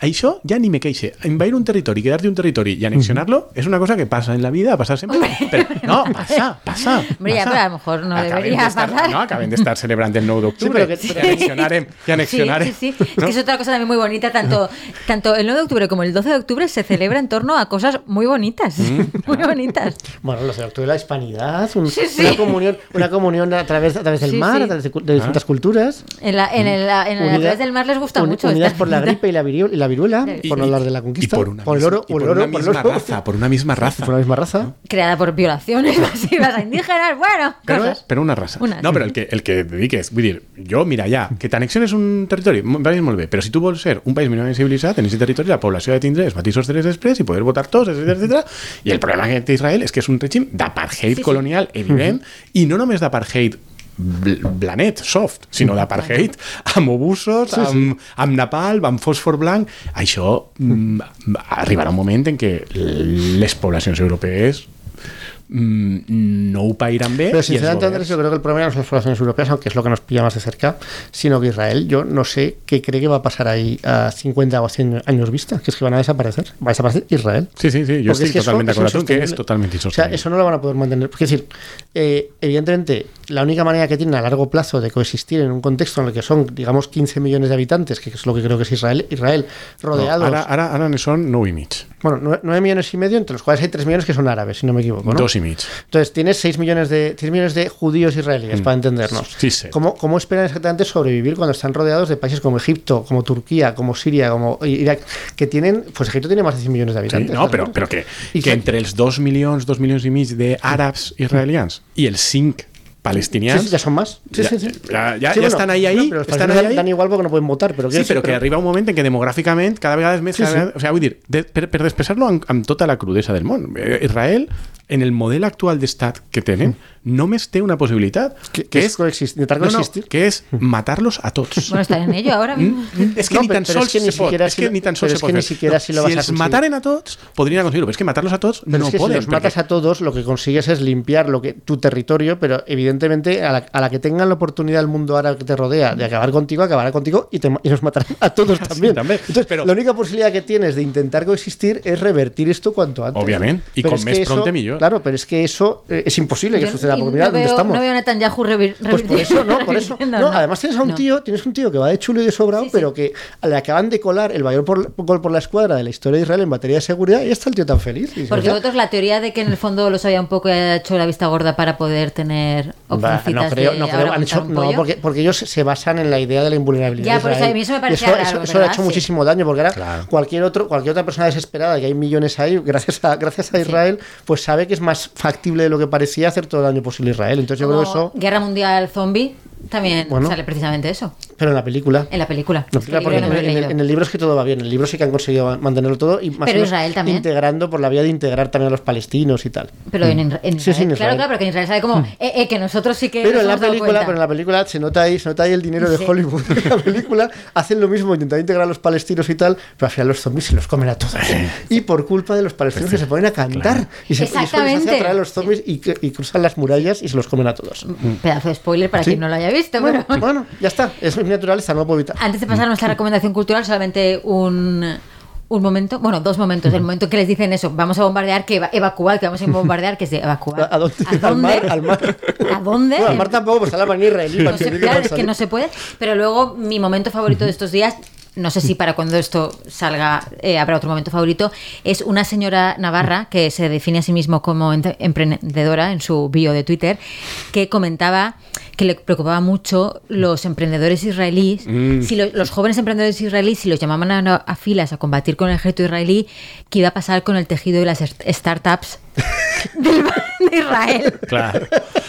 Speaker 4: això ja ni me queixe. Invadir un territori, quedar-te un territori i annexionar-lo és una cosa que passa en la vida, passa sempre. Però, no, passa, passa.
Speaker 2: Hombre, ja,
Speaker 4: passa.
Speaker 2: però a lo mejor no
Speaker 4: Acabem
Speaker 2: debería
Speaker 4: d'estar-
Speaker 2: pasar.
Speaker 4: No, acaben d'estar celebrant el 9 d'octubre.
Speaker 3: Sí, però que-
Speaker 4: I annexionarem, i annexionarem.
Speaker 2: Sí, sí,
Speaker 3: ¿eh?
Speaker 2: sí. Es que es otra cosa también muy bonita. Tanto, tanto el 9 de octubre como el 12 de octubre se celebra en torno a cosas muy bonitas.
Speaker 3: Mm,
Speaker 2: muy bonitas.
Speaker 3: Bueno, los de octubre de la hispanidad, un-
Speaker 2: Sí, sí.
Speaker 3: una comunión, una comunión a través, a través del
Speaker 2: Sí,
Speaker 3: mar,
Speaker 2: sí.
Speaker 3: a través de, cu- de
Speaker 4: Ah.
Speaker 3: distintas culturas.
Speaker 2: En la, en el, en el- a
Speaker 3: Unida-
Speaker 2: través del mar les gusta
Speaker 3: uni-
Speaker 2: mucho.
Speaker 3: Unidas
Speaker 2: esta-
Speaker 3: por la gripe y la, viriu- y la viruela,
Speaker 2: Sí.
Speaker 3: por no hablar de la
Speaker 4: Y
Speaker 3: conquista.
Speaker 4: por una,
Speaker 3: el
Speaker 4: misma-
Speaker 3: oro,
Speaker 4: y
Speaker 3: por el
Speaker 4: por una
Speaker 3: oro, por el
Speaker 4: misma
Speaker 3: oro.
Speaker 4: raza, por ¿Eh? una misma raza.
Speaker 3: Por la misma raza.
Speaker 2: Creada por violaciones masivas a indígenas. Bueno,
Speaker 4: Pero,
Speaker 2: cosas.
Speaker 4: pero una raza.
Speaker 2: Una.
Speaker 4: No, pero el que, el que dediques, vull dir, jo, mira, ja, que t'annexiones un territori, em pareix molt bé, però si tu vols ser un país mínimament civilitzat, en aquest territori la població ha de tindre els mateixos drets després i poder votar tots, etc etc. I el problema que té Israel és que és un règim d'apartheid
Speaker 2: Sí, sí.
Speaker 4: colonial evident i no només d'apartheid bl- blanet, soft, sinó d'apartheid amb obusos, amb, amb napalm, amb fòsfor blanc. Això mm, arribarà un moment en què les poblacions europees mm, no ho pairan bé
Speaker 3: Pero
Speaker 4: i els
Speaker 3: sinceramente, Andrés,
Speaker 4: governs
Speaker 3: yo creo que el problema no son las poblaciones europeas, aunque es lo que nos pilla más de cerca, sino que Israel, yo no sé qué cree que va a pasar ahí a 50 o 100 años vista, que es que van a desaparecer. Va a desaparecer Israel.
Speaker 4: Sí, sí, sí, yo
Speaker 3: Porque
Speaker 4: estoy
Speaker 3: es que eso
Speaker 4: totalmente de
Speaker 3: es
Speaker 4: acuerdo, que es
Speaker 3: insostenible.
Speaker 4: totalmente
Speaker 3: O sea,
Speaker 4: insostenible.
Speaker 3: eso no lo van a poder mantener. Porque, es decir, eh, evidentemente, la única manera que tienen a largo plazo de coexistir en un contexto en el que son, digamos, 15 millones de habitantes, que es lo que creo que es Israel, Israel rodeados.
Speaker 4: No, ara, ara, ara ne són 9 i mig,
Speaker 3: Bueno, nue- 9 millones y medio, entre los cuales hay 3 millones que son árabes, si no me equivoco. ¿no?
Speaker 4: dos i mig.
Speaker 3: Entonces, tienes 6 millones de, 6 millones de judíos israelíes, para entendernos.
Speaker 4: Mm. Sí, sí.
Speaker 3: ¿Cómo, ¿Cómo esperan exactamente sobrevivir cuando están rodeados de países como Egipto, como Turquía, como Siria, como Irak, que tienen, pues Egipto tiene más de 100 millones de
Speaker 4: Sí,
Speaker 3: habitantes.
Speaker 4: no, però, però que,
Speaker 3: I
Speaker 4: que
Speaker 3: que-
Speaker 4: entre els 2 milions, 2 milions i mig d'àrabs israelians i els 5
Speaker 3: Sí,
Speaker 4: palestinians...
Speaker 3: sí, ya son más. Sí,
Speaker 4: Ya-
Speaker 3: sí, sí.
Speaker 4: ya- ya-
Speaker 3: Sí,
Speaker 4: ya están ahí, ahí,
Speaker 3: pero los
Speaker 4: están
Speaker 3: palestinos
Speaker 4: ahí,
Speaker 3: dan-
Speaker 4: ahí.
Speaker 3: Dan igual porque no pueden votar, pero
Speaker 4: Sí,
Speaker 3: quiero
Speaker 4: però
Speaker 3: decir,
Speaker 4: que arriba un moment en què demogràficament cada vegada és més...
Speaker 3: Sí,
Speaker 4: cada
Speaker 3: sí.
Speaker 4: vegada, o sigui, vull dir, de, per, per expressar-lo amb, amb tota la crudesa del món, eh, Israel, en el model actual d'estat que tenen, només té una possibilitat,
Speaker 3: Mm. Que- que és coexist- intentar
Speaker 4: no, no,
Speaker 3: coexistir.
Speaker 4: que és matar-los a tots.
Speaker 2: Bueno, están en ello ahora
Speaker 3: Mm,
Speaker 2: mismo.
Speaker 4: Es que
Speaker 3: No,
Speaker 4: ni
Speaker 3: pero-
Speaker 4: tan
Speaker 3: pero
Speaker 4: sols
Speaker 3: es que ni
Speaker 4: se pot.
Speaker 3: siquiera
Speaker 4: Es
Speaker 3: si
Speaker 4: que
Speaker 3: lo-
Speaker 4: ni tan
Speaker 3: pero
Speaker 4: sols
Speaker 3: es
Speaker 4: se
Speaker 3: que
Speaker 4: pot
Speaker 3: ni
Speaker 4: fer.
Speaker 3: siquiera
Speaker 4: No,
Speaker 3: si lo vas a
Speaker 4: els
Speaker 3: conseguir.
Speaker 4: mataren a tots, podrien aconseguir-ho. Però és que matar-los a tots
Speaker 3: Pero
Speaker 4: no
Speaker 3: es que si
Speaker 4: poden.
Speaker 3: los matas
Speaker 4: perquè-
Speaker 3: a todos, lo que consigues es limpiar lo que, tu territorio, pero evidentemente a la, a la que tengan la oportunidad el mundo árabe que te rodea de acabar contigo, acabará contigo y, te, y nos matarán a todos también.
Speaker 4: también,
Speaker 3: Entonces,
Speaker 4: pero-
Speaker 3: la única posibilidad que tienes de intentar coexistir es revertir esto cuanto antes.
Speaker 4: Obviamente, y
Speaker 3: Pero
Speaker 4: con
Speaker 3: es
Speaker 4: mes
Speaker 3: que eso-
Speaker 4: pronto millón.
Speaker 3: Claro, pero es que eso eh, es imposible que
Speaker 2: Yo-
Speaker 3: suceda,
Speaker 2: y
Speaker 3: porque mira
Speaker 2: no
Speaker 3: dónde
Speaker 2: veo-
Speaker 3: estamos.
Speaker 2: No veo a Netanyahu revir-
Speaker 3: Pues por eso, no, por eso.
Speaker 2: revirtiendo,
Speaker 3: No,
Speaker 2: no.
Speaker 3: además tienes a un
Speaker 2: No.
Speaker 3: tío, tienes un tío que va de chulo y de sobrado,
Speaker 2: Sí, sí.
Speaker 3: pero que le acaban de colar el mayor por- gol por la escuadra de la historia de Israel en batería de seguridad y está el tío tan feliz. Y dices,
Speaker 2: Porque
Speaker 3: "Ya".
Speaker 2: vosotros la teoría de que en el fondo los había un poco hecho la vista gorda para poder tener
Speaker 3: Bah,
Speaker 2: opcioncitas
Speaker 3: no creo,
Speaker 2: de
Speaker 3: no
Speaker 2: ahora
Speaker 3: creo, han
Speaker 2: montar
Speaker 3: hecho-
Speaker 2: un
Speaker 3: no,
Speaker 2: pollo.
Speaker 3: porque, porque ellos se basan en la idea de la invulnerabilidad.
Speaker 2: Ya,
Speaker 3: de
Speaker 2: por eso
Speaker 3: Israel.
Speaker 2: a mí eso me
Speaker 3: Y
Speaker 2: parecía
Speaker 3: eso,
Speaker 2: raro,
Speaker 3: eso- eso le ha
Speaker 2: ¿verdad?
Speaker 3: hecho
Speaker 2: Sí.
Speaker 3: muchísimo daño, porque ahora
Speaker 4: Claro.
Speaker 3: cualquier, otro, cualquier otra persona desesperada, que hay millones ahí, gracias a, gracias a Israel, pues sabe que es más factible de lo que parecía hacer todo el daño posible a Israel. Entonces yo creo que
Speaker 2: Como
Speaker 3: eso,
Speaker 2: Guerra Mundial Zombie también
Speaker 3: Bueno.
Speaker 2: sale precisamente eso
Speaker 3: pero en la película.
Speaker 2: en la película.
Speaker 3: No,
Speaker 2: Es que
Speaker 3: claro,
Speaker 2: el
Speaker 3: porque
Speaker 2: libro no me
Speaker 3: en,
Speaker 2: lo he
Speaker 3: el-
Speaker 2: leído.
Speaker 3: en el libro es que todo va bien. En el libro sí que han conseguido ma- mantenerlo todo y más
Speaker 2: Pero
Speaker 3: o menos
Speaker 2: Israel también. Eh,
Speaker 3: integrando por la vía de integrar también a los palestinos y tal.
Speaker 2: Pero en, en- en Israel,
Speaker 3: Mm. Sí, sí, en Israel. Mm.
Speaker 2: Claro, claro, porque en Israel sale como eh, eh, que nosotros sí que.
Speaker 3: Pero
Speaker 2: nos
Speaker 3: en, la
Speaker 2: hemos dado
Speaker 3: película,
Speaker 2: cuenta.
Speaker 3: pero en la película se nota ahí, se nota ahí el dinero de
Speaker 2: Sí.
Speaker 3: Hollywood. En la película hacen lo mismo, intentan integrar a los palestinos y tal, pero al final los zombies se los comen a todos. Y por culpa de los palestinos que se ponen a cantar y se y eso les hace
Speaker 2: Exactamente.
Speaker 3: atraer a los zombies y, que- y cruzan las murallas y se los comen a todos.
Speaker 2: Pedazo de spoiler para
Speaker 3: Sí.
Speaker 2: quien no lo haya visto.
Speaker 3: Bueno,
Speaker 2: pero-
Speaker 3: bueno, ya está. Es mi naturaleza, no lo puedo evitar.
Speaker 2: Antes de pasar a
Speaker 3: Mm.
Speaker 2: nuestra recomendación cultural, solamente un, un momento, bueno, dos momentos. El momento que les dicen eso, vamos a bombardear, que eva- evacuar, que vamos a bombardear, que es de evacuar.
Speaker 3: ¿A a dónde?
Speaker 2: ¿A dónde?
Speaker 3: Al mar. Al mar,
Speaker 2: ¿A dónde?
Speaker 3: Bueno, al mar tampoco, pues a la marina israelí. para
Speaker 2: No sé,
Speaker 3: entender que
Speaker 2: claro,
Speaker 3: van a
Speaker 2: es que
Speaker 3: salir.
Speaker 2: no se puede. Pero luego, mi momento favorito de estos días, no sé si para cuando esto salga eh, habrá otro momento favorito, es una señora navarra que se define a sí mismo como ente- emprendedora en su bio de Twitter, que comentaba que le preocupaba mucho los emprendedores israelíes, si lo- los jóvenes emprendedores israelíes, si los llamaban a, a filas a combatir con el ejército israelí, qué iba a pasar con el tejido de las est- startups del- de Israel.
Speaker 4: Clar.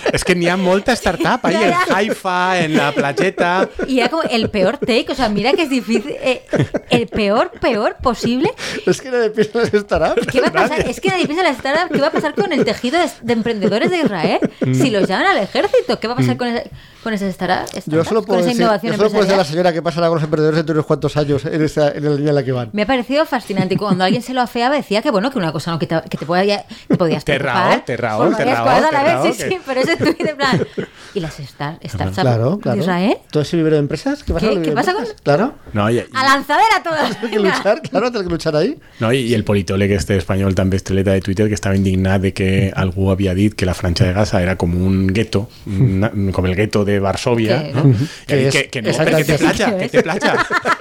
Speaker 4: És que n'hi ha molta startup, ahí, en
Speaker 2: Ja, ja.
Speaker 4: Haifa, en la platgeta...
Speaker 2: Y era como el peor take, o sea, mira que es difícil, eh, el peor, peor posible.
Speaker 3: Es que nadie piensa en las startups.
Speaker 2: ¿Qué va a pasar? Es que nadie piensa en la startup, ¿qué va a pasar con el tejido de, de emprendedores de Israel?
Speaker 3: Mm.
Speaker 2: Si los llaman al ejército, ¿qué va a pasar con, esa- con esa startup?
Speaker 3: Yo solo
Speaker 2: startup? con
Speaker 3: puedo
Speaker 2: esa
Speaker 3: decir,
Speaker 2: innovación
Speaker 3: yo solo puedo decir a la
Speaker 2: empresarial?
Speaker 3: señora que pasará con los emprendedores dentro de unos cuantos años en, esa, en la línea en la que van.
Speaker 2: Me ha parecido fascinante. Y Cuando alguien se lo afeaba, decía que bueno, que una cosa no, que te, que te, podía- te podías
Speaker 4: Terrao,
Speaker 2: preocupar
Speaker 4: terrao,
Speaker 2: por varias
Speaker 4: terrao,
Speaker 2: cosas a la
Speaker 4: terrao,
Speaker 2: vez, sí,
Speaker 4: que-
Speaker 2: sí, pero ese tweet en plan. ¿Y las star- startups
Speaker 3: Claro, claro.
Speaker 2: de Israel?
Speaker 3: Todo ese vivero de empresas. ¿Qué pasa,
Speaker 2: ¿Qué-
Speaker 3: con el
Speaker 2: qué
Speaker 3: vivero
Speaker 2: pasa
Speaker 3: de
Speaker 2: con-
Speaker 3: empresas? Claro.
Speaker 4: No, i,
Speaker 2: ¡A lanzadera todas!
Speaker 3: Hay que luchar, claro, tienes que luchar ahí.
Speaker 4: no, i, i el politòleg este espanyol també estreleta de Twitter que estava indignat de que algú havia dit que la França de Gaza era com un gueto, una, com el gueto de Varsovia,
Speaker 2: Que-
Speaker 4: no? I ha dit
Speaker 3: Que és-
Speaker 4: que, que no, perquè
Speaker 3: exactament.
Speaker 4: té platja, que té platja.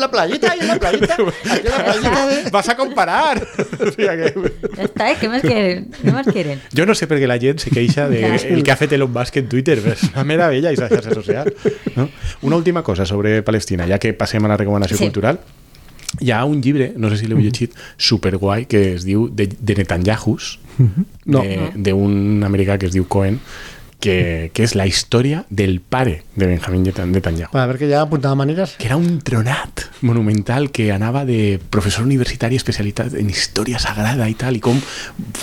Speaker 3: La playita, ahí en la playita. Aquí en la playita ¿eh? de...
Speaker 4: Vas a comparar! O sigui que...
Speaker 2: Ya está, ¿eh? ¿Qué más quieren? ¿Qué más quieren?
Speaker 4: Jo no sé per què la gent se queixa de
Speaker 2: Clar.
Speaker 4: el que ha fet Elon Musk en Twitter, però és una meravella i les xarxes socials. No? Una última cosa sobre Palestina, ja que passem a la recomanació
Speaker 2: Sí.
Speaker 4: sí. cultural. Hi ha un llibre, no sé si l'heu llegit, superguai, que es diu De, de Netanyahus,
Speaker 3: No.
Speaker 4: de- d'un americà que es diu Cohen, que, que és la història del pare de Benjamín Netan- Netanyahu
Speaker 3: Bueno, a ver que ya apuntaba maneras.
Speaker 4: que era un tronat monumental que anava de professor universitari especialitat en història sagrada i tal, i com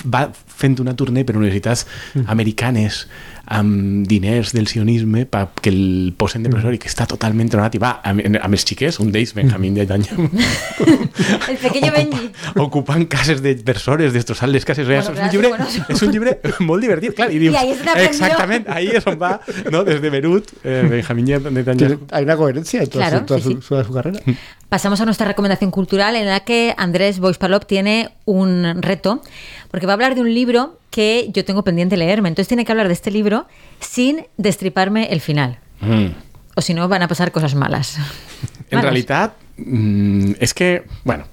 Speaker 4: va fent una tournée per universitats
Speaker 2: Mm.
Speaker 4: americanes amb diners del sionisme pa, que el posen
Speaker 2: Mm.
Speaker 4: de professor i que està totalment tronat i va amb, amb els xiquets, un d'ells, Benjamín de Netanyahu,
Speaker 2: Mm. El pequeño Benji.
Speaker 4: ocupant cases de persones, destrossant les cases.
Speaker 2: Bueno,
Speaker 4: Bueno, és,
Speaker 2: clar,
Speaker 4: un llibre,
Speaker 2: sí, bueno,
Speaker 4: és un llibre molt divertit, clar. I, dius,
Speaker 2: ahí es on aprendió.
Speaker 4: Exactament, ahí és on va, no? des de Beirut, eh, Benjamín
Speaker 3: Tiene-
Speaker 4: Netanyahu.
Speaker 3: Hay una coherencia en toda,
Speaker 2: Claro,
Speaker 3: su, toda
Speaker 2: sí,
Speaker 3: su- su- su carrera.
Speaker 2: Pasamos a nuestra recomendación cultural en la que Andrés Boispalop tiene un reto, porque va a hablar de un libro que yo tengo pendiente leerme. Entonces tiene que hablar de este libro sin destriparme el final.
Speaker 4: Mm.
Speaker 2: O si no, van a pasar cosas malas.
Speaker 4: En
Speaker 2: Malas.
Speaker 4: realitat, mm, és que, bueno,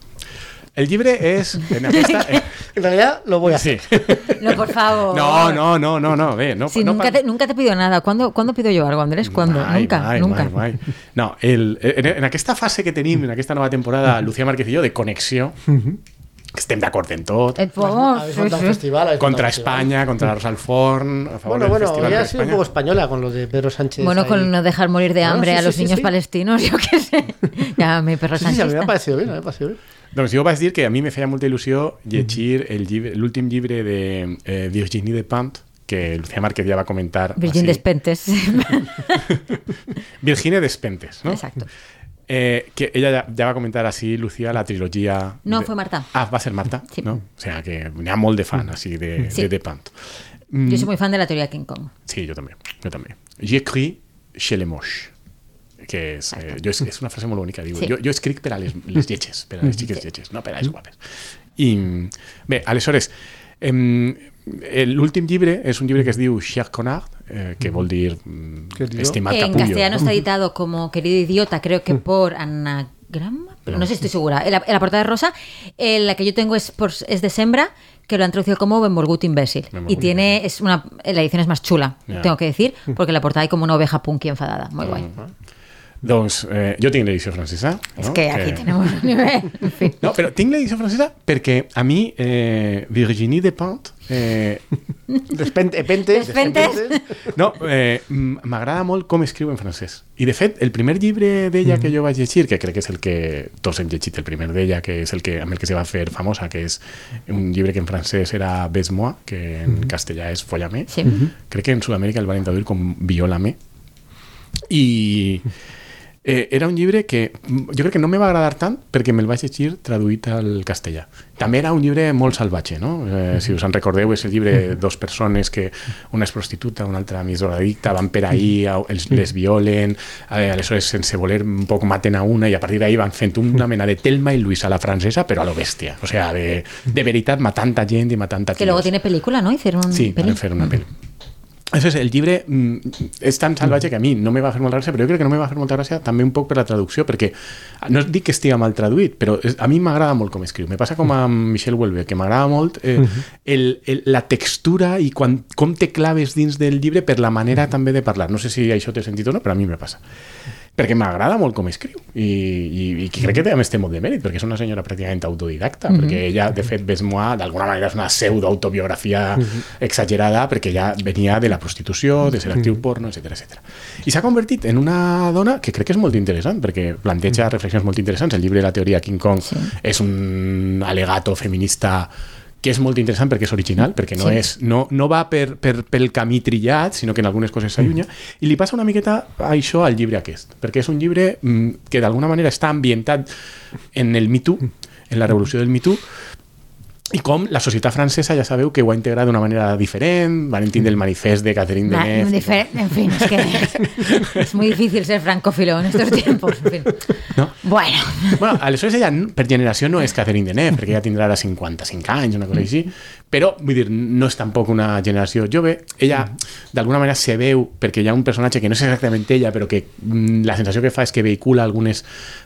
Speaker 4: el llibre és... En aquesta,
Speaker 3: En realidad lo voy a hacer.
Speaker 4: sí.
Speaker 2: No, por favor.
Speaker 4: No, no, no, no, no, bé, no,
Speaker 2: Sí,
Speaker 4: no
Speaker 2: nunca,
Speaker 4: pa-
Speaker 2: te, nunca te pido nada. ¿Cuándo, ¿Cuándo pido yo algo, Andrés? ¿Cuándo?
Speaker 4: Mai,
Speaker 2: nunca,
Speaker 4: mai,
Speaker 2: nunca.
Speaker 4: mai, mai. No, el, en, en aquesta fase que tenim, en aquesta nova temporada, Lucía Márquez i jo, de connexió, que estem d'acord en tot,
Speaker 2: Eh, por favor,
Speaker 3: Habéis
Speaker 2: sí,
Speaker 3: montado un
Speaker 2: sí.
Speaker 3: festival. habéis montado
Speaker 4: contra
Speaker 3: un festival.
Speaker 4: Espanya, contra la Rosa Alforn, a favor
Speaker 3: Bueno,
Speaker 4: del
Speaker 3: bueno,
Speaker 4: Festival
Speaker 3: ya
Speaker 4: de
Speaker 3: ha sido un
Speaker 4: España.
Speaker 3: poco española con lo de Pedro Sánchez.
Speaker 2: Bueno,
Speaker 3: ahí.
Speaker 2: con no dejar morir de
Speaker 3: Bueno,
Speaker 2: hambre
Speaker 3: sí,
Speaker 2: a los
Speaker 3: sí, sí,
Speaker 2: niños
Speaker 3: sí.
Speaker 2: palestinos, yo qué sé. Ya, mi perro
Speaker 3: Sí, sí, a mí me
Speaker 2: sanchista.
Speaker 3: ha parecido bien, a mí me ha parecido bien.
Speaker 4: Doncs jo vaig dir que a mi me feia molta il·lusió llegir el llibre- l'últim llibre, llibre de eh, Virginie de Pant, que Lucía Márquez ja va comentar.
Speaker 2: Virgin
Speaker 4: així.
Speaker 2: Despentes.
Speaker 4: Virginia Despentes, ¿no?
Speaker 2: Exacto.
Speaker 4: Eh, que ella ya, ya va a comentar así, Lucía, la trilogía.
Speaker 2: No, fue Marta.
Speaker 4: Ah, va a ser Marta,
Speaker 2: Sí. Mm.
Speaker 4: ¿no? O sea, que me mol de fan así de,
Speaker 2: Sí.
Speaker 4: de The Pant.
Speaker 2: Yo soy muy fan de la teoría King Kong.
Speaker 4: Sí, yo también, yo también. J'écris chez les moches. Que es, eh, yo es, es una frase muy bonita, digo.
Speaker 2: Sí. Mm.
Speaker 4: Yo, yo escric per a les, les lletges, per a les xiques lletges, no per a les guapes. I, bé, aleshores, em, el l'últim llibre és un llibre que es diu Cher Connard, eh, que vol dir mm,
Speaker 3: Què diu?
Speaker 4: estimat
Speaker 2: en
Speaker 4: capullo.
Speaker 2: castellano
Speaker 4: no?
Speaker 2: está editado como Querido Idiota, creo que por anagrama. pero No sé, estoy segura. En la, en la portada de rosa, eh, la que yo tengo es, por, es de Sembra, que lo han traducido como Benvolgut Imbécil.
Speaker 4: Benvolgut
Speaker 2: Y tiene, es una, la edición es más chula,
Speaker 4: Ya.
Speaker 2: tengo que decir, porque en la portada hay como una oveja punky enfadada. Muy guay.
Speaker 4: Doncs eh, jo tinc l'edició francesa.
Speaker 2: Es
Speaker 4: no?
Speaker 2: que aquí tenemos un nivel. En fin.
Speaker 4: No, però tinc l'edició francesa perquè a mi eh, Virginie Despentes eh,
Speaker 3: Despente, eh, epente,
Speaker 2: Despentes.
Speaker 3: despentes.
Speaker 4: no, eh, m- m'agrada molt com escriu en francès. I, de fet, el primer llibre d'ella
Speaker 2: Mm.
Speaker 4: que jo vaig llegir, que crec que és el que tots hem llegit, el primer d'ella, que és el que, amb el que se va fer famosa, que és un llibre que en francès era Besmois, que en castellà és Follame.
Speaker 2: Mm. Sí. Mhm.
Speaker 4: Crec que en Sud-amèrica el van traduir com Violame. I eh, era un llibre que mm, jo crec que no me va agradar tant perquè me'l vaig llegir traduït al castellà. També era un llibre molt salvatge, no? Eh, si us en recordeu, és el llibre de dos persones que una és prostituta, una altra més drogadicta, van per ahí, a- els, les violen, eh, aleshores sense voler un poc maten a una i a partir d'ahí van fent una mena de Telma i Luisa la francesa, però a lo bèstia. O sea, de, de veritat matant a gent i matant a
Speaker 2: Que luego
Speaker 4: tios.
Speaker 2: tiene película, ¿no? Hicieron
Speaker 4: Sí,
Speaker 2: peli.
Speaker 4: van fer una peli. Això és, Mm. el llibre mm, és tan salvatge que a mi no me va fer molta gràcia, però jo crec que no me va fer molta gràcia també un poc per la traducció, perquè no dic que estigui mal traduït, però és, a mi m'agrada molt com escriu. Me passa com a Michel Houellebecq, que m'agrada molt eh, el, el, la textura i quan, com te claves dins del llibre per la manera també de parlar. No sé si això té sentit o no, però a mi me passa. Perquè m'agrada molt com escriu i, i, i que crec que també té molt de mèrit, perquè és una senyora pràcticament autodidacta, perquè ella, de fet, Besmois, d'alguna manera és una pseudo-autobiografia exagerada, perquè ella venia de la prostitució, de ser actriu porno, etc etc. I s'ha convertit en una dona que crec que és molt interessant, perquè planteja reflexions molt interessants. El llibre de la teoria King Kong és un alegato feminista que és molt interessant perquè és original, perquè no,
Speaker 2: Sí.
Speaker 4: és, no, no va per, per, pel camí trillat, sinó que en algunes coses s'allunya, i li passa una miqueta això al llibre aquest, perquè és un llibre mm, que d'alguna manera està ambientat en el Me Too, en la revolució del Me Too, i com la societat francesa ja sabeu que ho ha integrat d'una manera diferent, van entendre el manifest de Catherine
Speaker 2: Na-
Speaker 4: Deneuve...
Speaker 2: difer- en fin, es que es muy difícil ser francófilo en estos tiempos. en fin.
Speaker 4: No.
Speaker 2: Bueno,
Speaker 4: Bueno, aleshores ella n- per generació no és Catherine Deneuve, perquè ella tindrà ara 55 anys, una cosa així, però vull dir, no és tampoc una generació jove. Ella d'alguna manera se veu, perquè hi ha un personatge que no és exactament ella, però que mm, la sensació que fa és que vehicula algunes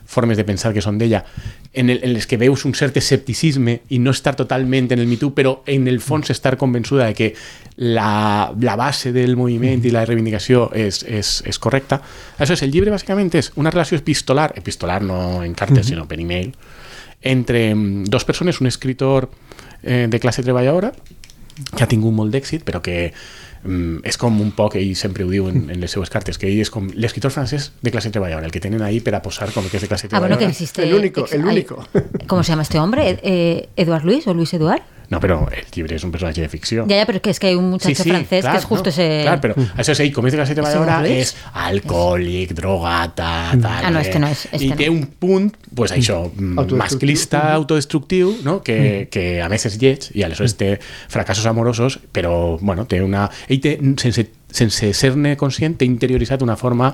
Speaker 4: formes de pensar que són d'ella, en, el, en les que veus un cert escepticisme i no estar totalment en el mitú, però en el fons estar convençuda de que la, la base del moviment i la reivindicació és, és, és correcta. Això és, el llibre bàsicament és una relació epistolar, epistolar no en cartes, sinó per email, entre mm, dos persones, un escritor eh, de classe treballadora que ha tingut molt d'èxit, però que mm, és com un poc, ell sempre ho diu en, en les seues cartes, que ell és com l'escritor francès de classe treballadora, el que tenen ahí per a posar com que és de classe
Speaker 2: ah, bueno,
Speaker 4: treballadora.
Speaker 2: que existe.
Speaker 3: El único, el
Speaker 2: hay-
Speaker 3: único.
Speaker 2: ¿Cómo se llama este hombre? Ed- eh, ¿Eduard Luis o Luis Eduard?
Speaker 4: No, però el llibre és un personatge de ficció.
Speaker 2: Ya, ya, pero es que, es que hay un muchacho francés
Speaker 4: clar,
Speaker 2: que es justo
Speaker 4: no,
Speaker 2: ese.
Speaker 4: Clar, però això sí, com és de classe treballadora,
Speaker 2: Eduard Luis?
Speaker 4: és alcohòlic, drogata, tal...
Speaker 2: Ah, no,
Speaker 4: eh?
Speaker 2: este no és- este
Speaker 4: I
Speaker 2: no.
Speaker 4: té un punt, pues, això, mm,
Speaker 3: Autodestructiu.
Speaker 4: masclista, autodestructiu, no? que, que a més és lleig, i aleshores té fracassos amorosos, però, bueno, té una... Ell té, sense, sense ser-ne conscient, té interioritzat una forma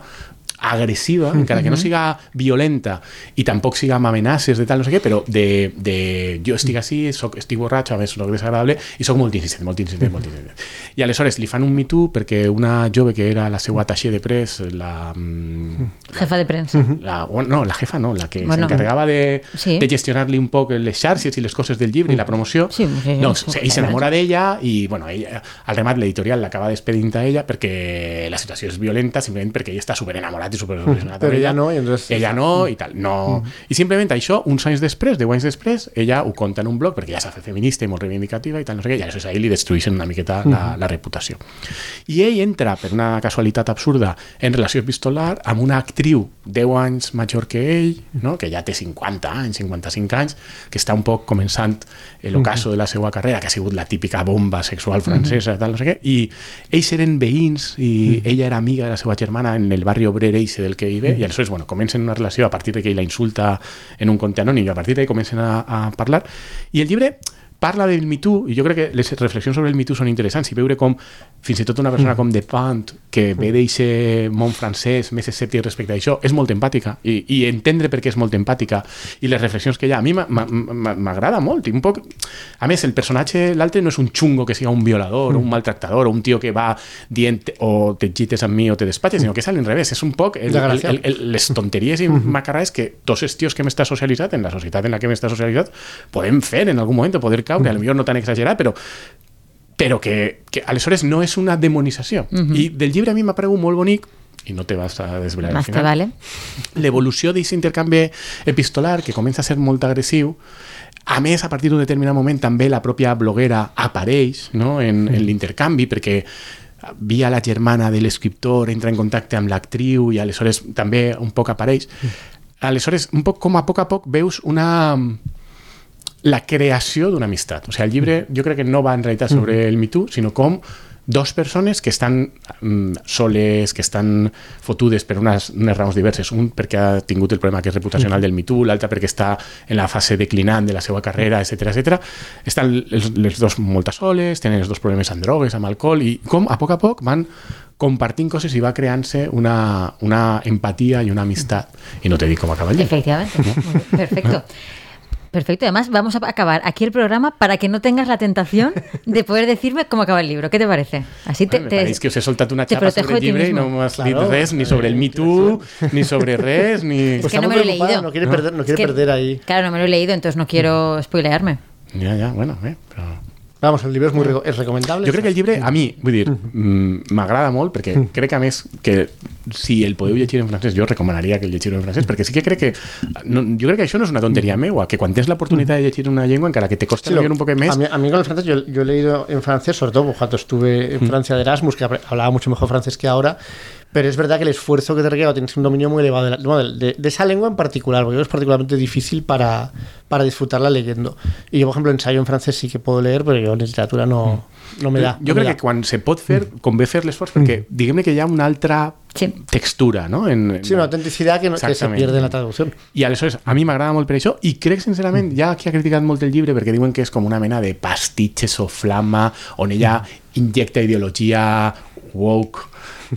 Speaker 4: agressiva, encara que no siga violenta i tampoc siga amb amenaces de tal, no sé què, però de, de jo estic així, soc, estic borratxo, a més soc desagradable i soc molt insistent, molt insistent, molt insistent. I aleshores li fan un Me Too perquè una jove que era la seva taxer de pres, la, mm,
Speaker 2: Jefa de prensa.
Speaker 4: la, bueno, no, la jefa no, la que
Speaker 2: Bueno.
Speaker 4: s'encarregava de,
Speaker 2: Sí. Mm.
Speaker 4: de gestionar-li un poc les xarxes i les coses del llibre i la promoció,
Speaker 2: Sí, sí,
Speaker 4: no,
Speaker 2: sí.
Speaker 4: se- ell s'enamora d'ella i bueno, ella, al remat l'editorial l'acaba despedint a ella perquè la situació és violenta simplement perquè ell està superenamorat i superobsessionat
Speaker 3: Però
Speaker 4: amb
Speaker 3: ella no, i entonces-
Speaker 4: Ella no i tal. No. I simplement això, uns anys després, deu anys després, ella ho conta en un blog perquè ja s'ha fet feminista i molt reivindicativa i tal, no sé què, i aleshores ahir li destruïxen una miqueta la, la reputació. I ell entra, per una casualitat absurda, en relació epistolar amb una actriu 10 anys major que ell, no? que ja té 50 anys, 55 anys, que està un poc començant l'ocaso de la seva carrera, que ha sigut la típica bomba sexual francesa, tal, no sé què, i ells eren veïns i ella era amiga de la seva germana en el barri obrer eixe del que vive, i aleshores, bueno, comencen una relació a partir de que ell la insulta en un compte anònim, i a partir d'ahí comencen a, a parlar, i el llibre parla del Me Too, i jo crec que les reflexions sobre el Me Too són interessants, i veure com fins i tot una persona com de Pant, que ve d'eixe món francès més escèptic respecte a això, és molt empàtica, i, i entendre per què és molt empàtica, i les reflexions que hi ha, a mi m'a- m'a- m'a- m'agrada molt, i un poc... A més, el personatge, l'altre, no és un xungo que siga un violador, o un maltractador, o un tio que va dient o te gites amb mi o te despatxes, sinó que és a l'inrevés, és un poc el, el,
Speaker 3: Desgraciat.
Speaker 4: el, el- les tonteries i macarrades que tots els tios que hem estat socialitzat, en la societat en la que hem estat socialitzat, podem fer en algun moment, o poder caure, a lo millor no tan exagerat, però però que, que aleshores no és una demonització. I del llibre a mi m'ha pregut molt bonic, i no te vas a desvelar al
Speaker 2: Más te
Speaker 4: final,
Speaker 2: vale.
Speaker 4: l'evolució d'aquest intercanvi epistolar que comença a ser molt agressiu a més, a partir d'un determinat moment també la pròpia bloguera apareix no? en, en l'intercanvi perquè via la germana de l'escriptor entra en contacte amb l'actriu i aleshores també un poc apareix aleshores, un poc com a poc a poc veus una la creació d'una amistat. O sigui, el llibre jo crec que no va en realitat sobre el Me Too, sinó com dos persones que estan mm, soles, que estan fotudes per unes, unes raons diverses. Un perquè ha tingut el problema que és reputacional del Me Too, l'altre perquè està en la fase declinant de la seva carrera, etc etc. Estan els, els dos molt a soles, tenen els dos problemes amb drogues, amb alcohol, i com a poc a poc van compartint coses i va creant-se una, una empatia i una amistat. I no te dic com acaba el llibre.
Speaker 2: Efectivamente. Muy bien, Perfecto. Perfecto, además vamos a acabar aquí el programa para que no tengas la tentación de poder decirme cómo acaba el libro. ¿Qué te parece? Así te,
Speaker 4: Vale, me
Speaker 2: te-
Speaker 4: pareix que us he soltat una
Speaker 2: te
Speaker 4: xapa
Speaker 2: protejo
Speaker 4: sobre el
Speaker 2: de ti
Speaker 4: llibre i no
Speaker 2: mismo.
Speaker 4: m'has
Speaker 3: Claro,
Speaker 4: dit res, ni sobre el Me Too, ni sobre res, ni...
Speaker 3: Pues
Speaker 2: que no
Speaker 3: está muy
Speaker 2: me lo he
Speaker 3: preocupada,
Speaker 2: leído.
Speaker 3: No quiere,
Speaker 4: No.
Speaker 3: perder, no
Speaker 2: Es
Speaker 3: quiere
Speaker 2: que-
Speaker 3: perder ahí.
Speaker 2: Claro, no me lo he leído, entonces no quiero spoilearme.
Speaker 4: Ja, ja, bueno, eh, bé, però...
Speaker 3: Vamos, el libro es muy reco- es recomendable.
Speaker 4: Jo crec que el llibre, a mi, vull dir, mm, m'agrada molt perquè crec que, a més, que si el podeu llegir en francès, jo recomanaria que el llegiu en francès, perquè sí que crec que... No, jo crec que això no és una tonteria meua, que quan tens l'oportunitat de llegir una llengua, encara que te costi
Speaker 3: Sí, lo-
Speaker 4: millor un poc més...
Speaker 3: A mí, a mí con el francés, yo, yo he leído en francés, sobre todo pues, cuando estuve
Speaker 4: Mm.
Speaker 3: en Francia de Erasmus, que apre- hablaba mucho mejor francés que ahora, pero es verdad que el esfuerzo que te requiere cuando tienes un dominio muy elevado de, la- bueno, de- de- de esa lengua en particular, porque es particularmente difícil para, para disfrutarla leyendo. Y yo, por ejemplo, ensayo en francés sí que puedo leer, pero yo en literatura no, no me da.
Speaker 4: jo
Speaker 3: no me
Speaker 4: crec
Speaker 3: da.
Speaker 4: Mm. que quan se pot fer, convé fer l'esforç, perquè diguem-ne que hi ha una altra
Speaker 2: Sí.
Speaker 4: textura, no? En, en...
Speaker 3: Sí, una autenticidad que, no- que se
Speaker 4: Exactament.
Speaker 3: pierde en la traducción.
Speaker 4: I aleshores, a mi m'agrada molt per això i crec, sincerament,
Speaker 3: Mm.
Speaker 4: ja que ha criticat molt el llibre perquè diuen que és com una mena de pastitxes o flama on ella injecta ideologia woke,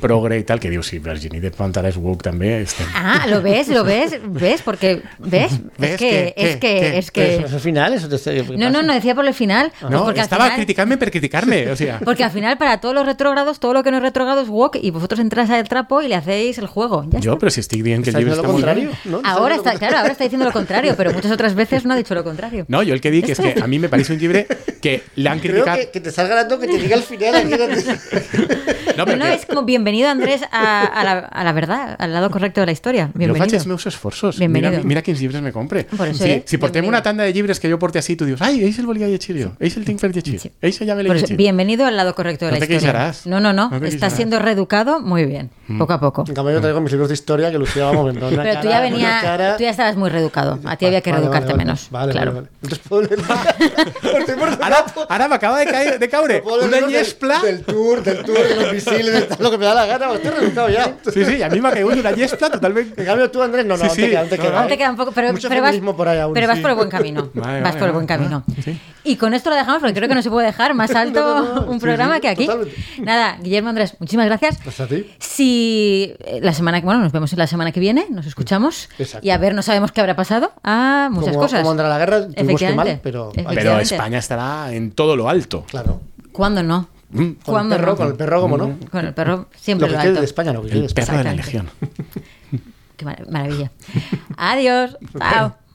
Speaker 4: progre i tal, que diu, sí, Virginie de Pantal és woke també. este, Estem...
Speaker 2: Ah, ¿lo ves? ¿Lo ves? ¿Ves? Porque, ¿ves? Es
Speaker 4: ¿Ves
Speaker 2: que,
Speaker 4: que-
Speaker 2: es
Speaker 4: que-
Speaker 2: que,
Speaker 4: que-
Speaker 2: es que...
Speaker 3: ¿Eso es final? ¿Eso te- qué
Speaker 2: Eh, No, no,
Speaker 3: pasa?
Speaker 2: no, decía por el final.
Speaker 4: No,
Speaker 2: porque al
Speaker 4: estava
Speaker 2: final-
Speaker 4: criticant-me per criticar-me, o sea...
Speaker 2: Porque al final, para todos los retrógrados, todo lo que no es retrógrado es walk y vosotros entráis al trapo y le hacéis el juego. Ya
Speaker 4: Jo,
Speaker 2: está.
Speaker 4: però si estic dient que
Speaker 3: ¿Está
Speaker 4: el llibre
Speaker 3: diciendo
Speaker 4: està
Speaker 3: lo
Speaker 4: molt bé...
Speaker 3: contrario? ¿No? ¿Está
Speaker 2: Ahora
Speaker 3: diciendo lo
Speaker 2: está, claro, ahora está diciendo lo contrario, pero muchas otras veces no ha dicho lo contrario.
Speaker 4: No, jo el que dic és que a mi me pareix un llibre que l'han
Speaker 3: Creo
Speaker 4: criticat...
Speaker 3: que, que te salga ganando que te diga al final. ahí era-
Speaker 4: No,
Speaker 2: No, no,
Speaker 4: perquè-
Speaker 2: es como bienvenido Andrés a, a la, a la verdad, al lado correcto de la historia.
Speaker 4: Jo faig
Speaker 2: Bienvenido.
Speaker 4: els meus esforços.
Speaker 2: Bienvenido.
Speaker 4: Mira, mira quins llibres me compre.
Speaker 2: Por eso,
Speaker 4: si,
Speaker 2: eh,
Speaker 4: si portem
Speaker 2: bienvenido.
Speaker 4: una tanda de llibres que jo porte així, tu dius, ai, ells el volia llegir jo, ells el tinc per llegir,
Speaker 2: Sí.
Speaker 4: ells ja me l'he
Speaker 2: Por eso,
Speaker 4: llegit.
Speaker 2: Pues bienvenido al lado correcto de
Speaker 4: No
Speaker 2: la
Speaker 4: te
Speaker 2: historia.
Speaker 4: queixaràs.
Speaker 2: No, no, no.
Speaker 4: No te
Speaker 2: Está
Speaker 4: queixaràs.
Speaker 2: siendo reeducado muy bien, poco a poco.
Speaker 3: En cambio, yo traigo mis libros de historia que Lucía, vamos, vendrá una
Speaker 2: Pero tú ya
Speaker 3: Mm. cara- una
Speaker 2: venía,
Speaker 3: cara-
Speaker 2: tú ya estabas muy reeducado. A ti
Speaker 3: Vale,
Speaker 2: había que
Speaker 3: vale, vale,
Speaker 2: reeducarte
Speaker 3: vale.
Speaker 2: menos.
Speaker 3: Vale,
Speaker 2: Claro.
Speaker 3: vale, vale. Entonces puedo leer. Lo estoy por-
Speaker 4: Ara, ara m'acaba de, caure, de caure
Speaker 3: puedo leer
Speaker 4: una
Speaker 3: los del-
Speaker 4: llespla...
Speaker 3: Del tour, del tour, de los misiles, de tal, lo que me da la gana. porque Estoy resultado ya.
Speaker 4: Sí, sí, a mi m'ha caigut una llespla totalment...
Speaker 3: En cambio, tú, Andrés, no, no,
Speaker 4: Sí,
Speaker 3: aún te
Speaker 4: sí.
Speaker 3: queda, aún te queda,
Speaker 4: No, no.
Speaker 3: ¿eh?
Speaker 2: Te quedan poco, pero,
Speaker 3: Mucho
Speaker 2: pero vas,
Speaker 3: feminismo por ahí aún,
Speaker 2: pero vas
Speaker 3: sí.
Speaker 2: por el buen camino.
Speaker 4: Vale,
Speaker 2: vas
Speaker 4: vale,
Speaker 2: por el buen
Speaker 4: vale.
Speaker 2: camino.
Speaker 4: Ah, sí.
Speaker 2: Y con esto lo dejamos porque creo que no se puede dejar más alto
Speaker 3: No, no, no.
Speaker 2: un
Speaker 3: Sí,
Speaker 2: programa
Speaker 3: sí,
Speaker 2: que aquí.
Speaker 3: totalmente.
Speaker 2: Nada, Guillermo Andrés, muchísimas gracias.
Speaker 3: Pues a ti.
Speaker 2: Si eh, la semana que bueno, nos vemos la semana que viene, nos escuchamos
Speaker 3: Exacto.
Speaker 2: y a ver, no sabemos qué habrá pasado. Ah, muchas
Speaker 3: Como-
Speaker 2: cosas.
Speaker 3: como entra la guerra, tuvimos que mal,
Speaker 2: Efectivamente.
Speaker 3: pero-
Speaker 4: Però
Speaker 2: Efectivamente.
Speaker 4: Espanya estarà en todo lo alto. Mm,
Speaker 3: Claro.
Speaker 2: ¿Cuándo no?
Speaker 3: Con el
Speaker 2: ¿Cuándo
Speaker 3: perro,
Speaker 2: no?
Speaker 3: con el perro, como no.
Speaker 2: Con el perro
Speaker 3: Lo
Speaker 2: siempre
Speaker 3: que
Speaker 2: lo
Speaker 3: quede
Speaker 2: alto.
Speaker 3: de España, lo que quede de
Speaker 4: El
Speaker 3: España.
Speaker 4: perro de la
Speaker 2: Exactamente.
Speaker 4: legión.
Speaker 2: Qué mar- maravilla. Adiós. Chao.